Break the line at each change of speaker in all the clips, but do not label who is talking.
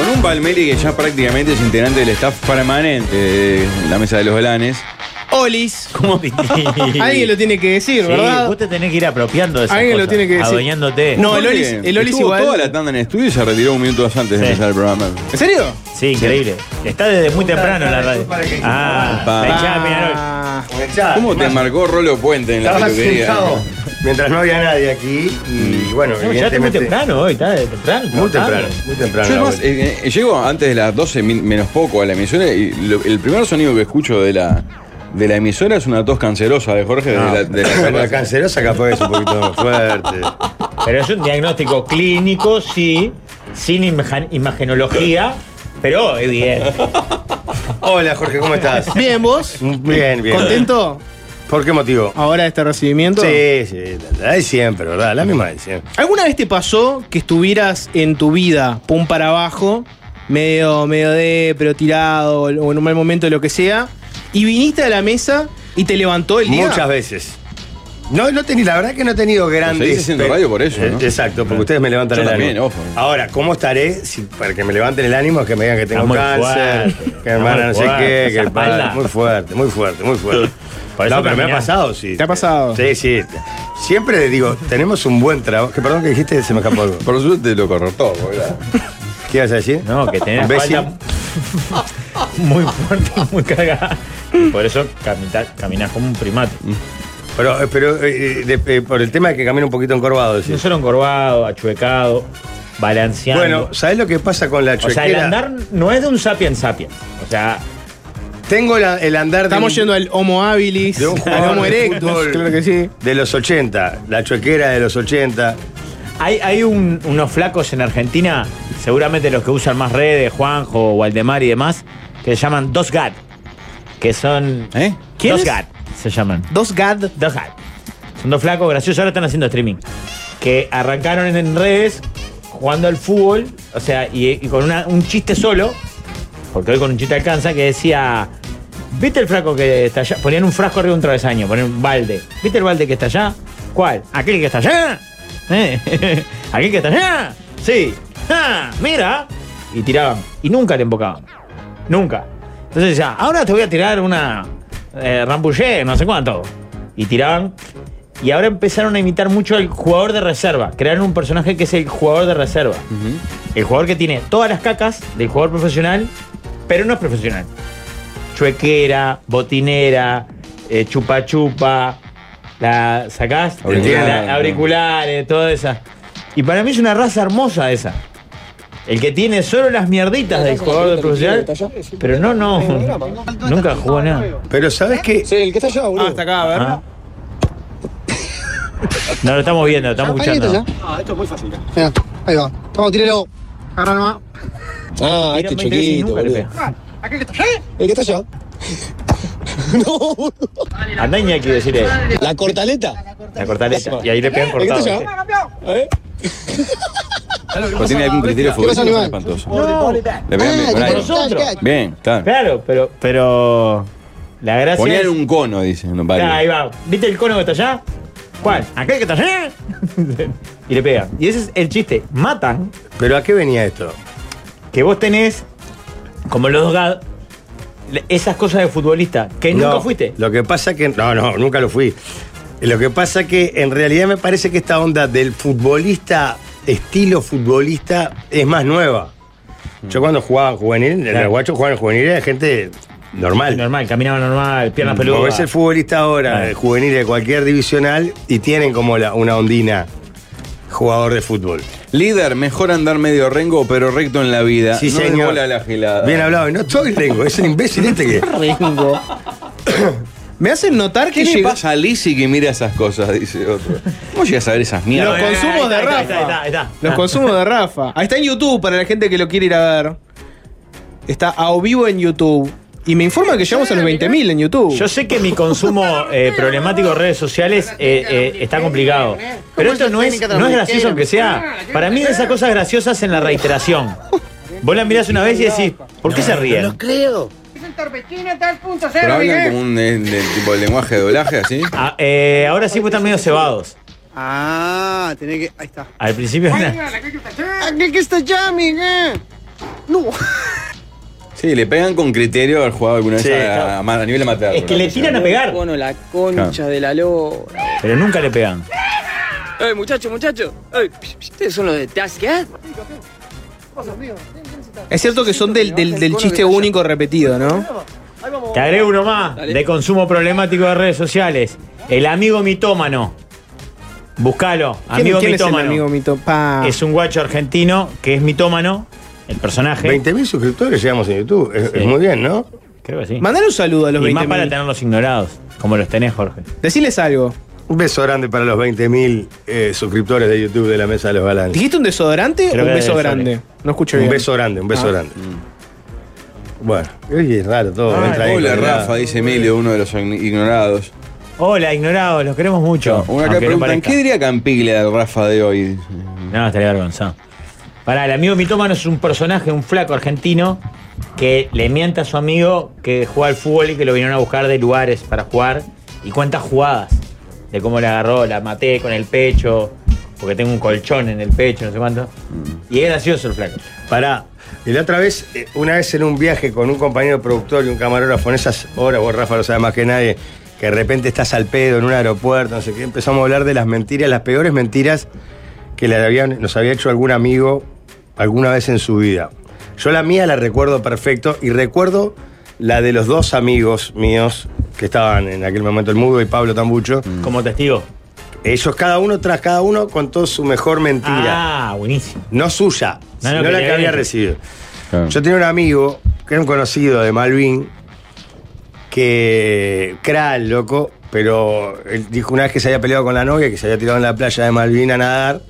Ramón Palmeri, que ya prácticamente es integrante del staff permanente de la mesa de los galanes.
Olis.
¿Cómo?
Alguien lo tiene que decir,
Sí,
¿verdad?
vos te tenés que ir apropiando de esas
Alguien lo
cosas,
tiene que decir.
Adueñándote.
No, el Olis- el Olis
Estuvo
igual.
toda la tanda en el estudio y se retiró un minuto antes de
Sí.
empezar el programa.
¿En serio?
Sí, increíble. Está desde muy temprano en la radio. Ah,
Pa.
la hinchada de Peñarol.
Ah.
¿Cómo te marcó Rolo Puente en la
Estaba
peluquería?
asustado mientras no había nadie aquí y bueno,
No, ya está muy
evidentemente.
temprano hoy, está de temprano.
Muy
trabajando.
temprano, muy temprano.
Yo
la
además,
vuelta.
eh, eh, llego antes de las 12 min- menos poco a la emisora y lo- el primer sonido que escucho de la, de la emisora es una tos cancerosa de Jorge de
No,
la, de la
pero la
terraza.
cancerosa capaz es un poquito fuerte.
Pero es un diagnóstico clínico, sí, sin imagen- imagenología, pero evidente.
Hola Jorge, ¿cómo estás?
Bien, vos.
Bien, bien.
¿Contento
¿Por qué motivo?
ahora de este recibimiento?
Sí, sí, la- la de siempre, ¿verdad? La misma de siempre.
¿Alguna vez te pasó que estuvieras en tu vida pum para abajo, medio, medio de, pero tirado, o en un mal momento, lo que sea, y viniste a la mesa y te levantó el día?
Muchas veces. No, no tení- la verdad que no he tenido grandes.
seguís haciendo
pe-
radio por eso,
Eh,
¿no?
Exacto, porque ustedes me levantan
Yo
el
también,
ánimo.
ojo.
Ahora, ¿cómo estaré si- para que me levanten el ánimo? Que me digan que tengo
Está muy
cáncer,
fuerte,
que
está
hermana no
muy
sé
fuerte,
qué, que
esa
el padre.
espalda.
Muy fuerte, muy fuerte, muy fuerte.
Por eso
no, pero me ha
caminás.
pasado, sí.
¿Te ha pasado?
Sí, sí. Siempre digo, tenemos un buen trabajo. Que perdón que dijiste, se me escapó algo.
Por suerte lo correcto,
¿Qué ibas a decir?
No, que tenés la
Imbécil.
espalda muy fuerte, muy cargada. Por eso camita- caminás como un primate.
Pero, pero eh, de- eh, por el tema de que camino un poquito encorvado, decís.
No solo encorvado, achuecado, balanceando.
Bueno, ¿sabés lo que pasa con la
o sea,
chuequera?
el andar no es de un sapien sapien. O sea,
Tengo la- el andar de
Estamos
un-
yendo al Homo habilis,
de un
al
jugador
Homo
de
erectus,
fútbol
claro que sí.
de los 80, la chuequera de los 80.
Hay, hay un- unos flacos en Argentina, seguramente los que usan más redes, Juanjo, Waldemar y demás, que se llaman Dos Gat. Que son.
¿Eh?
Dos
¿Quiénes?
Gat se llaman.
Dos gad.
Dos Gat. Son dos flacos graciosos, ahora están haciendo streaming. Que arrancaron en- en redes jugando al fútbol, o sea, y, y con una- un chiste solo, porque hoy con un chiste alcanza, que decía. ¿Viste el flaco que está allá? Ponían un frasco arriba de un travesaño, ponían un balde. ¿Viste el balde que está allá? ¿Cuál? ¿Aquel que está allá? ¿Eh? ¿Aquel que está allá? Sí. ¡Ah! ¡Mira! Y tiraban. Y nunca le embocaban. Nunca. Entonces decía, ahora te voy a tirar una eh, rambullé, no sé cuánto. Y tiraban. Y ahora empezaron a imitar mucho al jugador de reserva. Crearon un personaje que es el jugador de reserva. El jugador que tiene todas las cacas del jugador profesional, pero no es profesional chuequera, botinera, eh, chupa chupa, la sacás,
Auricular.
La- auriculares, todo esa. Y para mí es una raza hermosa esa. El que tiene solo las mierditas del jugador de profesional, pero no, no, nunca jugó nada.
Pero ¿sabes qué?
Ah, hasta acá, a ver.
Ah. No lo estamos viendo, lo estamos
Ah,
escuchando.
Mira, ahí va. Vamos, tírelo. Agarra nomás. Ah,
Este
Tiran 20 veces y nunca le pega.
El que está allá. no,
Andá Iñaki, decirle.
la cortaleta.
La cortaleta. Y ahí le pegan cortado.
¿Viste ya?
¿viste?
¿O tiene algún criterio
¿Qué pasa,
futbolístico? Es
Iván?
espantoso.
No,
Le pegan bien,
Ah,
con
por
aire.
nosotros.
Bien, está.
Claro, pero, pero la gracia es-
Ponían un cono, dicen. los
Ah, ahí
varios.
va. ¿Viste el cono que está allá? ¿Cuál? ¿Aquel que está allá? y le pega. Y ese es el chiste. Matan
¿Pero a qué venía esto?
que vos tenés, como los dos GAD, le- esas cosas de futbolista que Eh, nunca
No,
fuiste.
Lo que pasa que. No, no, nunca lo fui. Lo que pasa que en realidad me parece que esta onda del futbolista, estilo futbolista, es más nueva. Yo cuando jugaba en juvenil, en el
Claro.
guacho jugaba en juvenil, era gente normal.
Normal, caminaba normal, piernas
Mm, Porque ves
peludas.
el futbolista ahora,
Ah.
eh, juvenil de cualquier divisional, y tienen como la- una ondina jugador de fútbol.
Líder, mejor andar medio rengo, pero recto en la vida.
Sí,
no
señor.
desbola la gelada.
Bien hablado, no estoy rengo, es el imbécil este que.
Rengo. Me hacen notar
¿Qué
que
le
llegó-
pasa a Lizzie que mira esas cosas? Dice otro. ¿Cómo llegas a ver esas
Los
mierdas?
No,
consumos
ahí
de
está, ahí está, ahí
Rafa.
está, ahí está.
Los
Ah.
consumos de Rafa. Ahí está en YouTube para la gente que lo quiere ir a ver. Está a o vivo en YouTube. Y me informa que llegamos a los 20.000 en YouTube.
Yo sé que mi consumo eh, problemático de redes sociales eh, eh, está complicado. Pero esto no es, no es gracioso aunque sea. Para mí es de esas cosas graciosas en la reiteración. Vos la mirás una vez y decís, ¿por qué se ríen?
Pero hablan como un eh, de- tipo de lenguaje de doblaje así.
Ah, eh, ahora sí, pues están medio cebados.
Ah, tenés que. Ahí está.
Al principio.
Ah, Aquel que está allá, Miguel. No.
Sí, le pegan con criterio haber jugado alguna vez
Sí,
a,
claro.
a- a nivel amateur.
Es que le tiran a pegar,
Bueno, la concha
Claro.
de la loba.
pero nunca le pegan.
¡Ey, muchacho, muchacho! ¡Ey! psh, psh, ¿Ustedes son los de Task, eh?
Es cierto que son del, del- del chiste único repetido, ¿no?
Te agrego uno más
Dale.
de consumo problemático de redes sociales. El amigo mitómano. Buscalo,
¿Quién-
amigo
quién es el
mitómano. Es,
amigo mito- pa.
un guacho argentino que es mitómano, el personaje.
20.000 suscriptores llegamos en YouTube. Es, es muy bien, ¿no?
Creo que sí.
Mandale un saludo a los
y más
20.000.
para tenerlos ignorados, como los tenés, Jorge.
Deciles algo.
Un beso grande para los 20.000 eh, suscriptores de YouTube de la Mesa de los Balances.
¿Dijiste un desodorante
Creo
o un
que
beso
desole.
grande? No escuché
Un
bien.
beso grande, un beso
Ah.
grande. Bueno, oye, es raro todo.
Ay,
entra ahí
Hola
con
Rafa,
nada.
dice Emilio, uno de los ign- ignorados.
Hola, ignorados, los queremos mucho.
Uno acá
aunque no
preguntan,
parezca.
¿qué diría Campiglia del Rafa de hoy?
No, estaría avergonzado. Pará, el amigo mitómano es un personaje, un flaco argentino, que le miente a su amigo que juega al fútbol y que lo vinieron a buscar de lugares para jugar y cuántas jugadas. De cómo le agarró, la maté con el pecho, porque tengo un colchón en el pecho, no sé cuánto. Y es gracioso el flaco.
Pará. Y la otra vez, eh, una vez en un viaje con un compañero productor y un camarógrafo, en esas horas, vos Rafa lo sabes más que nadie, que de repente estás al pedo en un aeropuerto, no sé qué, empezamos a hablar de las mentiras, las peores mentiras que le habían, nos había hecho algún amigo alguna vez en su vida. Yo la mía la recuerdo perfecto y recuerdo la de los dos amigos míos que estaban en aquel momento, el Mudo y Pablo Tambucho.
Como testigo.
Ellos cada uno tras cada uno contó su mejor mentira.
Ah, buenísimo.
No suya,
No, no,
sino
que le
la que había
habían-
recibido.
Claro.
Yo tenía un amigo, que era un conocido de Malvin, que cral, loco, pero él dijo una vez que se había peleado con la novia, que se había tirado en la playa de Malvin a nadar,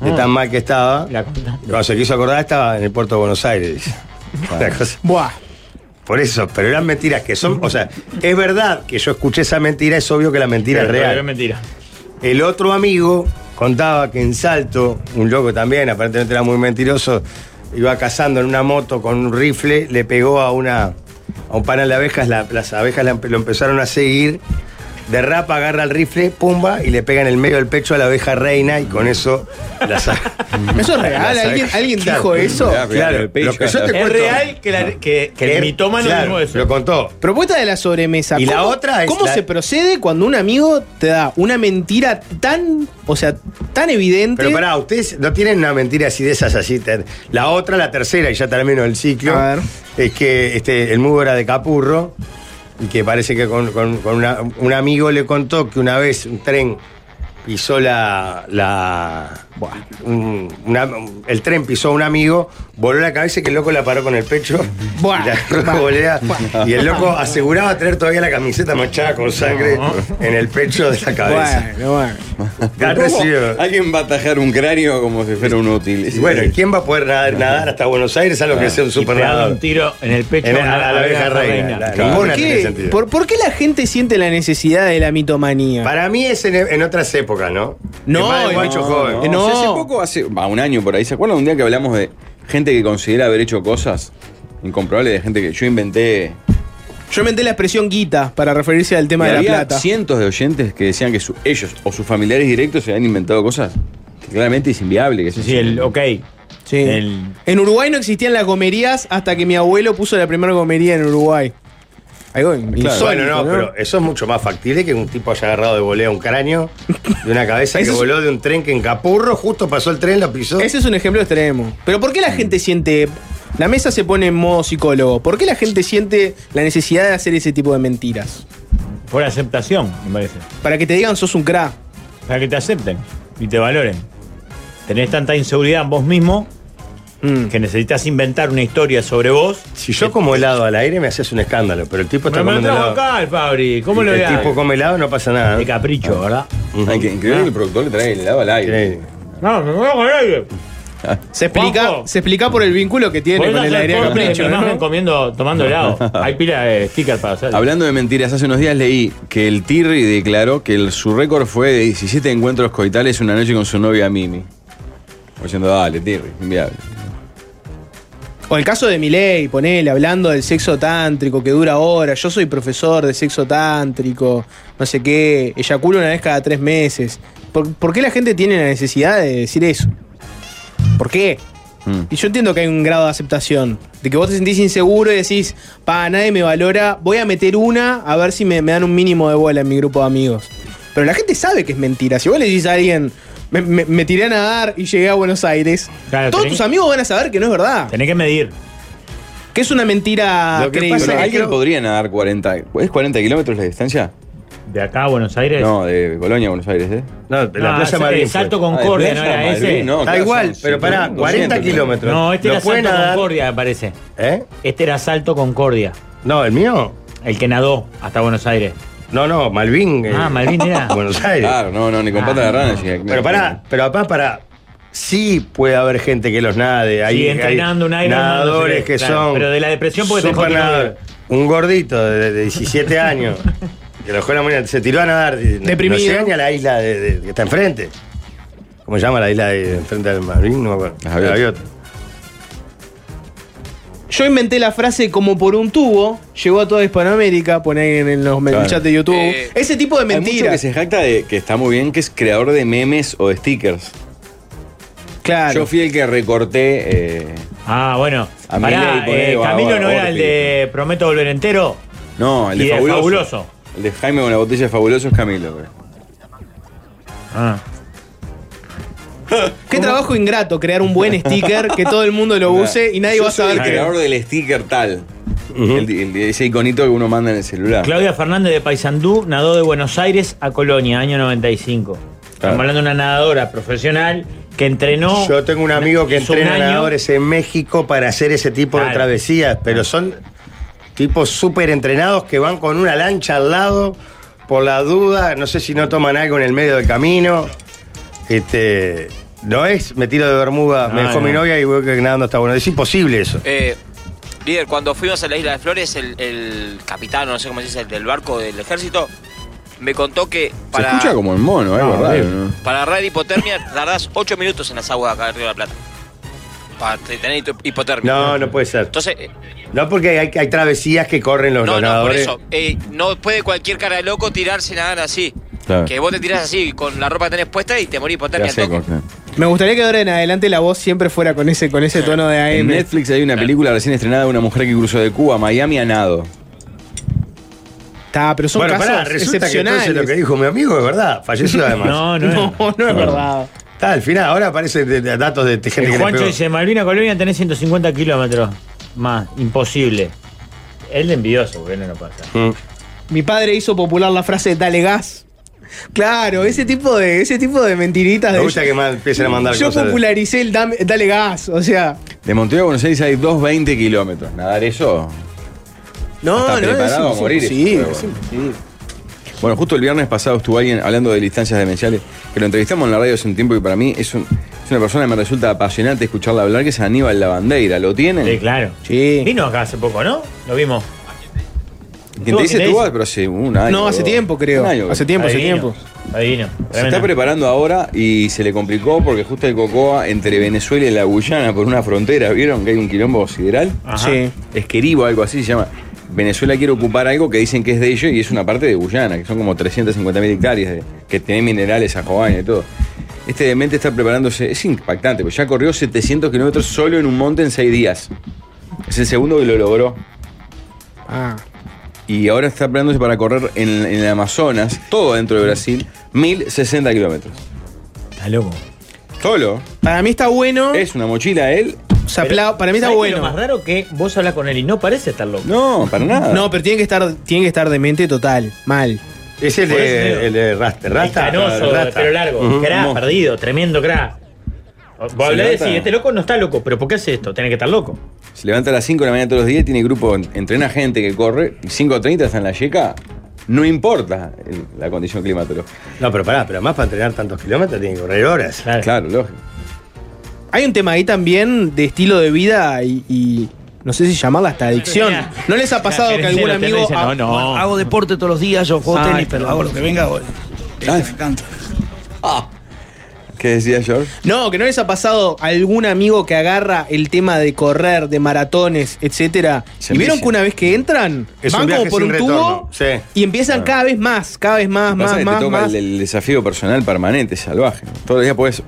de tan mal que estaba.
Mm. La contaste.
Cuando se quiso acordar, estaba en el puerto de Buenos Aires. dice. Una cosa-
Buah.
Por eso, pero eran mentiras que son. O sea, es verdad que yo escuché esa mentira, es obvio que la mentira es
Pero
real.
es mentira.
El otro amigo contaba que en Salto, un loco también, aparentemente era muy mentiroso, iba cazando en una moto con un rifle, le pegó a una a un panal de abejas, la- las abejas la- lo empezaron a seguir, derrapa, agarra el rifle, pumba, y le pega en el medio del pecho a la abeja reina y con eso la saca.
¿Eso es real?
La
¿Alguien,
saca.
alguien
Claro.
dijo eso?
Mirá, mirá,
Claro,
el pecho,
lo que yo te
la-
Es
cuento.
real que, la- que- que el mitómano
Claro,
dijo eso.
Lo contó.
Propuesta de la sobremesa.
Y la
¿Cómo-
otra es
¿Cómo
la-
se procede cuando un amigo te da una mentira tan, o sea, tan evidente?
Pero pará, ustedes no tienen una mentira así de esas así. ter- La otra, la tercera, y ya termino el ciclo,
A ver.
es que este, el mudo era de Capurro y que parece que con, con- con una- un amigo le contó que una vez un tren pisó la... la un- una- el tren pisó a un amigo, voló la cabeza y que el loco la paró con el pecho.
Buah.
Y, la agarró la volea, y el loco aseguraba tener todavía la camiseta manchada con sangre en el pecho de la cabeza.
bueno, bueno.
¿Cómo
Ha recibido-
Alguien va a tajar un cráneo como si fuera un útil.
Y bueno, ¿y quién va a poder nadar, nadar hasta Buenos Aires a lo que sea un
Y pegarle
supernadador?
un tiro en el pecho
En el- a la abeja reina. la- Ninguna
¿Por
tiene
qué,
sentido.
por- por qué la gente siente la necesidad de la mitomanía?
Para mí es en, en otras épocas, ¿no?
No,
Es más de guacho
no,
joven.
no.
O sea, hace poco, hace va, un año por ahí, ¿se acuerdan un día que hablamos de gente que considera haber hecho cosas incomprobables? De gente que yo inventé.
Yo inventé la expresión guita para referirse al tema
Y
de la
había
plata.
cientos de oyentes que decían que su- ellos o sus familiares directos se han inventado cosas que claramente es inviable. Que se-
Sí, sí, el ok.
Sí.
El-
En Uruguay no existían las gomerías hasta que mi abuelo puso la primera gomería en Uruguay. Algo insólito,
bueno, no,
¿no?
pero eso es mucho más factible que un tipo haya agarrado de volea un cráneo de una cabeza que
Eso es-
voló de un tren que en Capurro justo pasó el tren, lo pisó.
Ese es un ejemplo extremo. Pero ¿por qué la gente siente... La mesa se pone en modo psicólogo. ¿Por qué la gente siente la necesidad de hacer ese tipo de mentiras?
Por aceptación, me parece.
Para que te digan sos un cra.
Para que te acepten y te valoren. Tenés tanta inseguridad en vos mismo
Mm.
que necesitas inventar una historia sobre vos.
Si yo como helado al aire me haces un escándalo, pero el tipo está
Pero me lo
comiendo
trajo
helado.
acá el Fabri. ¿Cómo lo
el
veas?
tipo come helado no pasa nada.
De capricho, ¿verdad?
Hay que increíble que el productor le trae el helado al aire.
Ah. Increíble.
No, me voy a comer.
Se explica,
Juanjo.
se explica por el vínculo que tiene con el aire de capricho, ¿no?
comiendo, tomando helado. Hay pila de stickers para hacer.
Hablando de mentiras, hace unos días leí que el Tirri declaró que el- su récord fue de 17 encuentros coitales una noche con su novia Mimi. Oyendo, dale, Tirri, inviable.
O el caso de Milei, ponele, hablando del sexo tántrico que dura horas. Yo soy profesor de sexo tántrico, no sé qué. Eyaculo una vez cada tres meses. ¿Por, por qué la gente tiene la necesidad de decir eso? ¿Por qué?
Mm.
Y yo entiendo que hay un grado de aceptación. De que vos te sentís inseguro y decís, pa, nadie me valora, voy a meter una a ver si me, me dan un mínimo de bola en mi grupo de amigos. Pero la gente sabe que es mentira. Si vos le decís a alguien, me, me- me tiré a nadar y llegué a Buenos Aires,
Claro,
todos
tenés-
tus amigos van a saber que no es verdad.
Tenés que medir.
Que es una mentira
Lo que
creíble.
pasa
Pero
es
alguien
creo-
podría nadar 40. ¿Es 40 kilómetros la distancia?
De acá a Buenos Aires.
No, de Colonia a Buenos Aires, ¿eh?
No, de la
Ah,
Plaza
ese-
Madrid.
el Salto
fue.
Concordia,
Ah, de
¿no
Plaza
era
Madrid,
ese?
no,
Da
claro,
igual,
son
pero pará,
100,
40
200,
kilómetros.
No, este
¿Lo
era
pueden
Salto
nadar?
Concordia, me parece.
¿Eh?
Este era Salto Concordia,
No, el mío.
el que nadó hasta Buenos Aires.
No, no, Malvin. eh,
Ah, Malvin era.
Buenos Aires.
Claro, no, no, ni con
Ah,
pata de rana.
no.
sí, claro.
Pero pará, pero apá para. Sí puede haber gente que los nade. Hay,
Sí, entrenando
hay
un Ironman,
nadadores
no sé qué,
que
claro,
son.
pero de la depresión porque te dejó
super
que no
nadador. Un gordito de, de 17 años. Que lo dejó en la mañana, se tiró a nadar. y no-
Deprimido.
No llega ni a la isla de- de- que está enfrente. ¿Cómo se llama la isla de enfrente al Malvin? No me acuerdo.
Las gaviotas.
Gaviota.
Yo inventé la frase como por un tubo, llegó a toda Hispanoamérica, poner en los
Claro.
el chat de YouTube.
Eh,
Ese tipo de
Hay mucho que
mentiras.
se jacta de que está muy bien, que es creador de memes o de stickers.
Claro.
Yo fui el que recorté. eh,
Ah, bueno.
A
Pará,
Milei, poné,
eh,
va,
Camilo
va,
no era
Ortiz.
el de Prometo Volver Entero.
no, el de,
Y de
fabuloso.
Fabuloso.
El de Jaime con la botella de fabuloso es Camilo. güey.
Ah.
Qué trabajo ingrato crear un buen sticker que todo el mundo lo use y nadie
Yo
va a
soy
saber
El
que.
creador del sticker tal.
Ujú.
El- el- ese iconito que uno manda en el celular.
Claudia Fernández de Paysandú nadó de Buenos Aires a Colonia, año 95.
Claro.
Estamos hablando de una nadadora profesional que entrenó.
Yo tengo un amigo que
hizo un
entrena
año.
nadadores en México para hacer ese tipo de
Claro.
travesías, pero son tipos súper entrenados que van con una lancha al lado por la duda, no sé si no toman algo en el medio del camino. Este, no es, me tiro de bermuda, me
No,
dejó mi
no.
novia y voy nadando hasta bueno. Es imposible eso.
Eh, líder, cuando fuimos a la isla de Flores, el, el capitán, no sé cómo se dice, el del barco del ejército, me contó que
Se
para,
escucha como el mono, es
No,
verdad.
horrible.
¿no?
para agarrar hipotermia tardás 8 minutos en las aguas acá de Río de la Plata. Para te- tener hipo- hipotermia.
No, no puede ser.
Entonces, eh,
No porque hay, hay travesías que corren los,
no,
los
no, por
nadadores.
eso. Eh, no puede cualquier cara de loco tirarse y nadar así.
Claro.
Que vos te tirás así con la ropa que tenés puesta y te morís
Ya
hipotermia. al
sé,
toque.
Jorge.
Me gustaría que ahora en adelante la voz siempre fuera con ese, con ese tono de
En
AM.
Netflix hay una película recién estrenada de una mujer que cruzó de Cuba a Miami a nado.
Está, pero son
bueno,
casos
pará, resulta que
excepcionales.
entonces lo que dijo mi amigo es verdad. Falleció además.
No, no.
no, no, es verdad.
Está, al final, ahora aparecen de- de- datos de, de gente
El
que le
Juancho
pegó.
dice: Malvina Colonia tenés 150 kilómetros más. Imposible. Él de envidioso, porque no lo pasa.
Mm.
Mi padre hizo popular la frase dale gas. Claro, ese tipo de, ese tipo de mentiritas
Me
de-
gusta que más empiecen a mandar
Yo
cosas.
popularicé el dame- dale gas. O sea.
De Montevideo a Buenos Aires hay 220 kilómetros. Nadar eso.
Ah, No,
Está
no,
preparado
es
a morir ese
imposible,
juego.
es imposible.
Bueno, justo el viernes pasado estuvo alguien hablando de distancias demenciales, que lo entrevistamos en la radio hace un tiempo y para mí es, un- es una persona que me resulta apasionante escucharla hablar, que es Aníbal Lavandeira. ¿Lo tienen?
Sí, claro.
Sí.
Vino acá hace poco, ¿no? Lo vimos.
Quien te
¿Tú?
dice
¿Quién
tú,
te dice?
pero hace un año.
No, hace
dos.
tiempo creo.
Un año,
Hace
creo.
tiempo, hace
Adivino,
tiempo.
Adivino.
Se está
Tremendo.
preparando ahora y se le complicó porque justo el Cocoa entre Venezuela y la Guyana por una frontera, ¿vieron que hay un quilombo sideral?
Ajá.
Sí.
Esqueribo, algo así se llama. Venezuela quiere ocupar algo que dicen que es de ellos y es una parte de Guyana, que son como 350.000 hectáreas, de- que tiene minerales, ajobaña y todo. Este demente está preparándose, es impactante, porque ya corrió 700 kilómetros solo en un monte en 6 días. Es el segundo que lo logró.
Ah.
Y ahora está preparándose para correr en, en el Amazonas, todo dentro de Brasil, 1060 kilómetros.
Está loco.
Solo.
Para mí está bueno.
Es una mochila él.
o sea, pla- para mí está
¿Sabés que Lo
bueno.
más raro que vos hablas con él y no parece estar loco.
No, para nada.
No, pero tiene que estar, tiene que estar de mente total, mal.
Es el
Por eso digo.
de, el de Rasta. Rasta.
El canoso,
Rasta.
de pelo largo.
Ujú.
Cra,
Mo-
perdido, tremendo cra. Vos hablás de
nota.
decir, este loco no está loco, pero ¿por qué hace esto? Tiene que estar loco.
Se levanta a las 5 de la mañana todos los días, tiene grupo, entrena gente que corre, y 5.30 está en la yeca. No importa el- la condición climatológica.
No, pero pará, pero más para entrenar tantos kilómetros tiene que correr horas.
Claro.
Claro, lógico.
Hay un tema ahí también de estilo de vida y, y no sé si llamarla hasta adicción. ¿No les ha pasado que algún amigo...
No, no.
Hago deporte todos los días, yo juego
Ay,
tenis, pero hago lo que venga, voy.
Ah.
Este me encanta.
¿Qué decía George?
No, que no les ha pasado a algún amigo que agarra el tema de correr, de maratones, etcétera.
Se
y vieron
envicia.
que una vez que entran,
Es un
van como
viaje
por
sin
un tubo
retorno, sí.
y empiezan cada vez más, cada vez más,
Pasa
más,
que
más,
te toca
más.
El, el desafío personal permanente, salvaje. Todos los días podés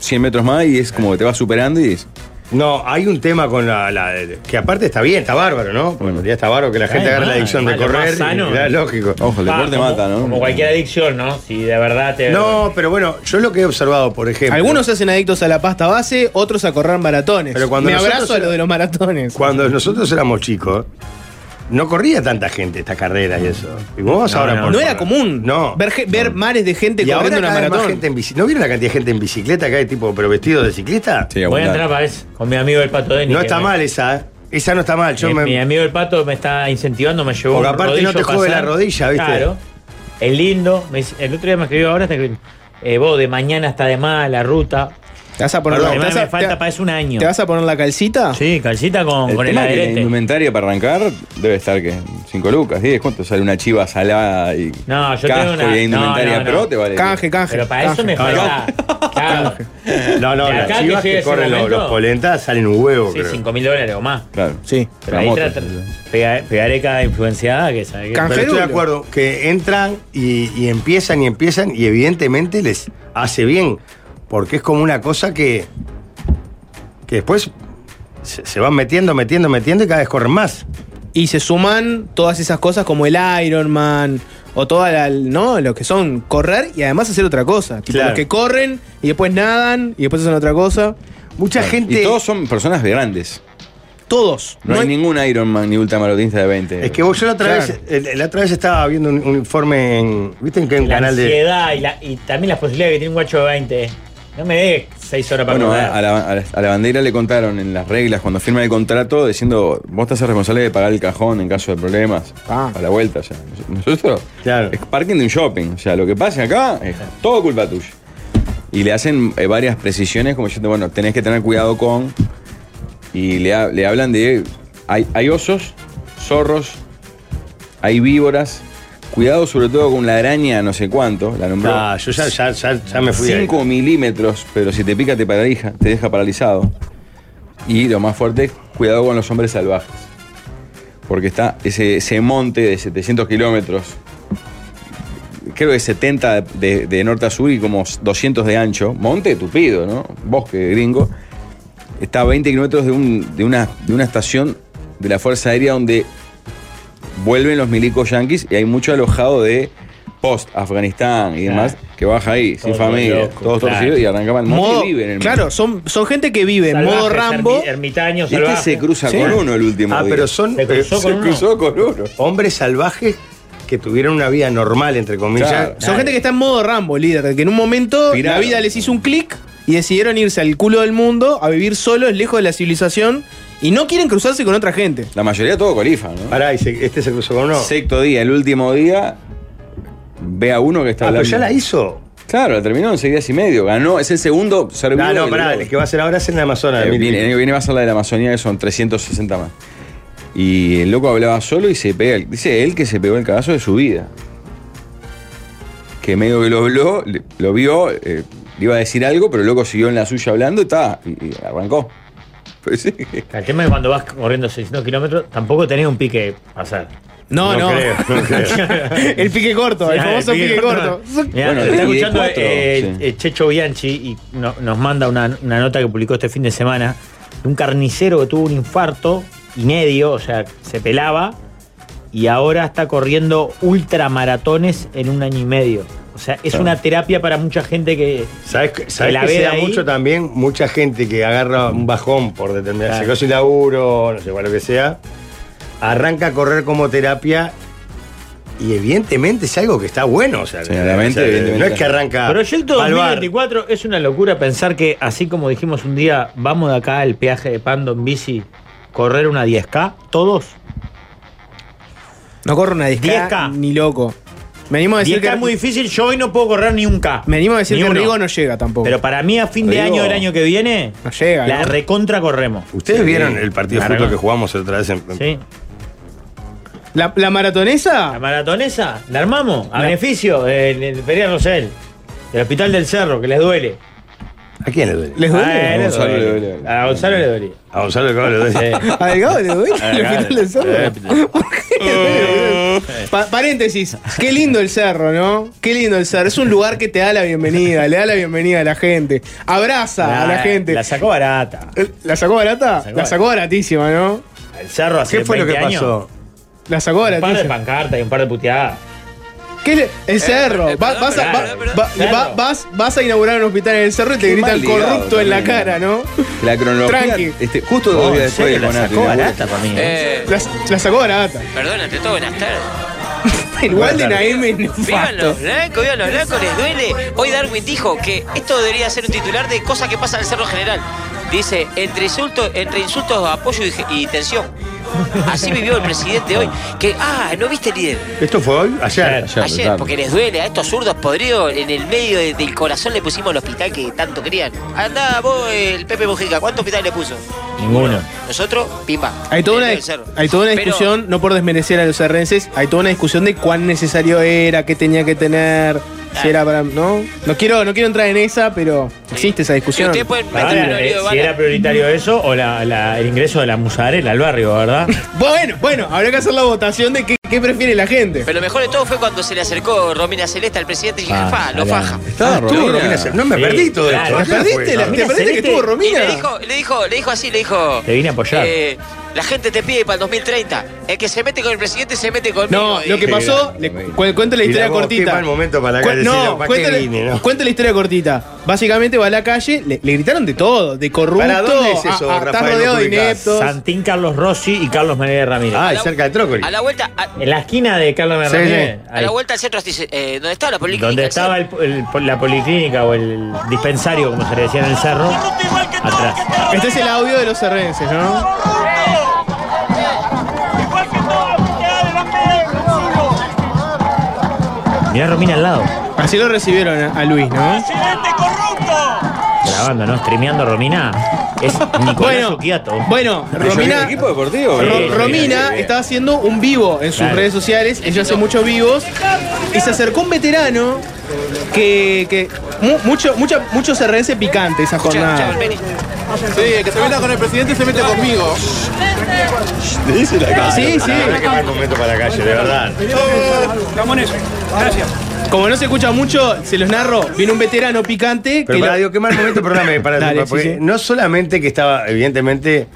100 metros más y es como que te vas superando y es-
No, hay un tema con la, la- Que aparte está bien, está bárbaro, ¿no? Porque ya está bárbaro que la gente
Ay,
agarre la
mal,
adicción de
mal, lo más
correr. y-
sano.
ya, lógico.
Ojo, el
Pa,
deporte
como-
mata, ¿no?
Como cualquier adicción, ¿no? Si de verdad te.
No, pero bueno, yo lo que he observado, por ejemplo.
Algunos se hacen adictos a la pasta base, otros a correr maratones.
Pero cuando
Me
nosotros
abrazo a
era-
lo de los maratones.
Cuando nosotros éramos chicos, no corría tanta gente estas carreras y eso. Y vos
No,
ahora
no,
por-
No era común
No.
ver, ge- ver mares de gente
y ahora
corriendo una
cada vez más
maratón.
gente en bici- ¿No vieron la cantidad de gente en bicicleta que hay, tipo, pero vestido de ciclista?
Sí,
Voy a
abundante.
entrar para eso. Con mi amigo el pato Denis.
No
que
está
me-
mal esa, ¿eh? Esa no está mal. Yo
mi,
me-
mi amigo el pato me está incentivando, me llevó
Porque
un
aparte no te
rodillo
jode
pasar.
la rodilla, ¿viste?
Claro. Es lindo. Me dice- el otro día me escribió ahora hasta que. eh, vos, de mañana hasta de más, la ruta.
Te vas a poner,
Perdón,
te
Además,
vas
me
a-
falta
te-
para eso un año.
te vas a poner la calcita.
Sí, calcita con,
El
con el
tema es que la
aderete.
indumentaria para arrancar debe estar que 5 lucas, 10, ¿cuánto sale una chiva salada y
No, yo
casco
tengo una-
y indumentaria
no, no, no.
pro te vale?
Canje, canje.
Pero para eso
canje.
me falta. Claro.
No, no,
De
las
acá que
chivas que,
llegue ese
corren los,
momento-
los polentas salen un huevo,
Sí,
creo.
5 mil dólares o más.
Claro.
Sí.
Pero
La
ahí
moto,
trata-
sí,
pega- pegaré cada influenciada que sabe que-
Can-
Pero estoy de
Angelulo.
acuerdo que entran y, y empiezan y empiezan y evidentemente les hace bien, porque es como una cosa que, que después se, se van metiendo, metiendo, metiendo y cada vez corren más.
Y se suman todas esas cosas como el Ironman o toda la, ¿no? Lo que son correr y además hacer otra cosa. Tipo
Claro.
los que corren y después nadan y después hacen otra cosa.
Mucha gente...
Y todos son personas grandes.
Todos.
No, hay, ningún Ironman ni ultramaratonista de 20.
Es que vos, yo la otra,
Claro.
vez, el- la otra vez estaba viendo un, un informe en... ¿Viste en qué? un
la
canal de...
ansiedad y, la- y también las posibilidades que tiene un guacho de 20. No me dé 6 horas para
Bueno,
correr.
a, a la, a la- a la bandera le contaron en las reglas cuando firma el contrato diciendo vos te haces responsable de pagar el cajón en caso de problemas
Ah.
a la vuelta. O sea, nosotros
Claro.
es parking de un shopping. O sea, lo que pase acá es todo culpa tuya. Y le hacen eh, varias precisiones como diciendo, bueno, tenés que tener cuidado con. Y le, ha- le hablan de. Hay, hay osos, zorros, hay víboras. Cuidado sobre todo con la araña, no sé cuánto, la nombró.
Ah, yo ya, ya, ya, ya me fui. de ahí.
5 milímetros, pero si te pica te paraliza, te deja paralizado. Y lo más fuerte, cuidado con los hombres salvajes. Porque está ese, ese monte de 700 kilómetros, creo que 70 de, de norte a sur y como 200 de ancho. Monte tupido, ¿no? Bosque gringo. Está a 20 kilómetros de, un- de una, de una estación de la Fuerza Aérea donde vuelven los milicos yanquis y hay mucho alojado de post Afganistán y demás que baja ahí sin
Todo
familia,
loco,
todos
claro.
torcidos y arrancaban el monte
Modo,
y viven en el
claro, son, son gente que vive en
Salvajes,
modo Rambo.
ermi- ermitaños,
Y este
salvajes.
se cruza con uno el último
Ah,
día.
pero son
Se cruzó
eh,
se
con uno.
cruzó con uno.
hombres salvajes que tuvieron una vida normal, entre comillas.
Claro.
Son gente que está en modo Rambo, líder, que en un momento
Piraron.
la vida les hizo un clic y decidieron irse al culo del mundo a vivir solos, lejos de la civilización y no quieren cruzarse con otra gente.
La mayoría todo colifa, ¿no?
Pará, y se- este se cruzó con uno.
Sexto día, el último día, ve a uno que está
ah, pero
hablando.
ya la hizo.
Claro, la terminó en seis días y medio. Ganó, es el segundo servicio.
Ah, no,
del
pará,
globo.
el que va a hacer ahora es en la Amazonas.
Eh,
Ah, mil-
viene, el año que viene va a ser la de la Amazonía, que son 360 más. Y el loco hablaba solo y se pega. el- Dice él que se pegó el cagazo de su vida. Que medio que lo habló, le- lo vio, eh, le iba a decir algo, pero el loco siguió en la suya hablando y ta, y, y arrancó. Pues sí.
El tema es que cuando vas corriendo 600 kilómetros, tampoco tenés un pique pasar.
No, no.
creo, no creo.
el pique corto, el famoso pique, corto.
Bueno,
bueno, está
el pique
escuchando
corto,
eh,
sí.
eh, Checho Bianchi y no- nos manda una, una nota que publicó este fin de semana de un carnicero que tuvo un infarto y medio, o sea, se pelaba y ahora está corriendo ultramaratones en un año y medio. O sea, es
Claro.
una terapia para mucha gente que
¿Sabes, que- sabes
la
que se
ve
da
ahí.
mucho también? Mucha gente que agarra un bajón por determinada
Claro.
cosa y laburo, no sé, igual lo que sea, arranca a correr como terapia y evidentemente es algo que está bueno. O sea,
Seguramente,
o sea, no
evidentemente.
es que arranca.
Proyecto
pa'l Ah, bar.
2024 es una locura pensar que, así como dijimos un día, vamos de acá al peaje de Pando en bici, correr una 10K, todos.
No corro una 10K,
10K.
ni loco. Me animo a decir
10K
que
es muy difícil, yo hoy no puedo correr ni un K.
Me animo a decir
Ni
que
uno.
Rigo no llega tampoco.
Pero para mí, a fin de
Rigo-
año del año que viene,
no llega.
la
¿no?
recontra corremos.
¿Ustedes vieron el partido de
Arrancó.
fútbol que jugamos otra vez en,
¿Sí?
La- la maratonesa
La maratonesa, la armamos a beneficio del, del Feria Rosel, del Hospital del Cerro, que les duele.
¿A quién le duele?
les
A,
duele.
él
A
le
Gonzalo le
duele.
duele.
A Gonzalo le duele.
A Gonzalo Cabo le duele.
Sí.
A Delgado le duele.
A Delgado.
Le pita el zorro.
Eh,
¿Por qué? Pa- paréntesis, qué lindo el cerro, ¿no? Qué lindo el cerro. Es un lugar que te da la bienvenida, le da la bienvenida a la gente. Abraza a la gente.
La sacó barata.
Eh, ¿La sacó barata?
sacó
La sacó baratísima, ¿no?
El cerro hace
¿Qué fue lo que
20 años.
pasó?
La sacó
Un par de
baratísima.
pancartas y un par de puteadas.
¿Qué le- el cerro.
eh,
Va-
perdón,
vas, a, va-
perdón,
va-
perdón.
va- vas- vas a inaugurar un hospital en el cerro y te
Qué
gritan
mal ligado
corrupto en la
también.
cara, ¿no?
La cronología.
Tranqui.
Este, justo dos
Oh,
días
en
después de Conato,
serio, la
mi
sacó
abuelo.
barata para mí. ¿eh?
Eh,
La, la sacó barata.
perdón, ante todo, buenas tardes.
El Walden AM es
Vivan
nefasto.
los blancos, vivan los blancos, les duele. Hoy Darwin dijo que esto debería ser un titular de cosas que pasan en el Cerro General. Dice, entre insultos, entre insultos apoyo y, y tensión. Así vivió el presidente hoy. Que, ah, ¿no viste líder?
¿Esto fue hoy? Ayer.
Ayer,
Ayer,
tarde.
porque les duele a estos zurdos podridos, en el medio de- del corazón le pusimos el hospital que tanto querían. Andá vos, el Pepe Mujica, ¿cuánto hospital le puso?
Ninguno.
Nosotros, pimba.
Hay toda, una,
Del Cerro.
hay toda una
Pero-
discusión, no por desmerecer a los serrenses, hay toda una discusión de cuán necesario era, qué tenía que tener, si era para. ¿No? No quiero, no quiero entrar en esa, pero existe esa
Si
discusión.
ustedes pueden meter un
Ahora, eh,
horario de
si
bala.
era prioritario eso o la- la- el ingreso de la musarela al barrio, ¿verdad?
Bueno, bueno, habrá que hacer la votación de qué, qué prefiere la gente.
Pero lo mejor de todo fue cuando se le acercó Romina Celeste al presidente y dije,
Ah,
fa, lo
claro.
faja.
Estaba
Ah, estuvo Romina Celeste. No me
Sí,
perdí todo
claro.
esto.
¿Te
Ayer
perdiste,
fue,
la-
pues,
¿te
¿no?
Mira,
perdiste que
Celeste-
estuvo
Y le
Romina?
dijo, le dijo, le dijo así, le dijo.
Te vine a apoyar.
eh, la gente te pide para el 2030. El que se mete con el presidente se mete conmigo. Eh,
No, lo que
Y-
pasó, le cu- cuento la
eh, Y
historia
la voz,
cortita.
qué mal momento para la
Cu-
calle,
no,
decirlo, ¿para qué
cuento, la-
vine, no?
cuento la historia cortita. Básicamente va a la calle, le, le gritaron de todo, de corrupto,
¿Para dónde es eso,
a- a- está
Rafael? No
rodeado de
publicás.
ineptos.
Santín Carlos Rossi y Carlos María Ramírez.
Ah,
a
y
la-
cerca de Trócoli.
A la vuelta, a,
En la esquina de Carlos María
Sí,
Ramírez.
sí.
a
ahí.
la vuelta al centro, dice, eh, ¿dónde estaba la política?
Donde estaba el- el- la policlínica o el dispensario, como se le decía en el cerro, atrás.
Este es el audio de los serrenses, ¿no?
Mirá a Romina al lado,
Así lo recibieron a, a Luis, ¿no?
grabando, ¿no? Streameando a Romina. Es Nicolás
Bueno,
Ucchiato.
bueno,
Romina,
Romina,
equipo deportivo?
Ro-
boludo.
Romina está haciendo un vivo en sus
Claro.
redes sociales, ella hace muchos vivos, y se acercó un veterano que, que mu- mucho, mucha, mucho serrense picante esa
Escucha, escucha,
jornada.
Valverde.
Sí, el que se meta con el presidente se mete conmigo.
Dice la cara.
Sí, sí.
La verdad que mal momento para la calle, de verdad.
Como no se escucha mucho, se los narro, viene un veterano picante
Pero
que
para,
lo-
digo, qué mal momento, perdóname, para
Dale,
disculpa,
sí,
porque
sí.
no solamente que estaba, evidentemente,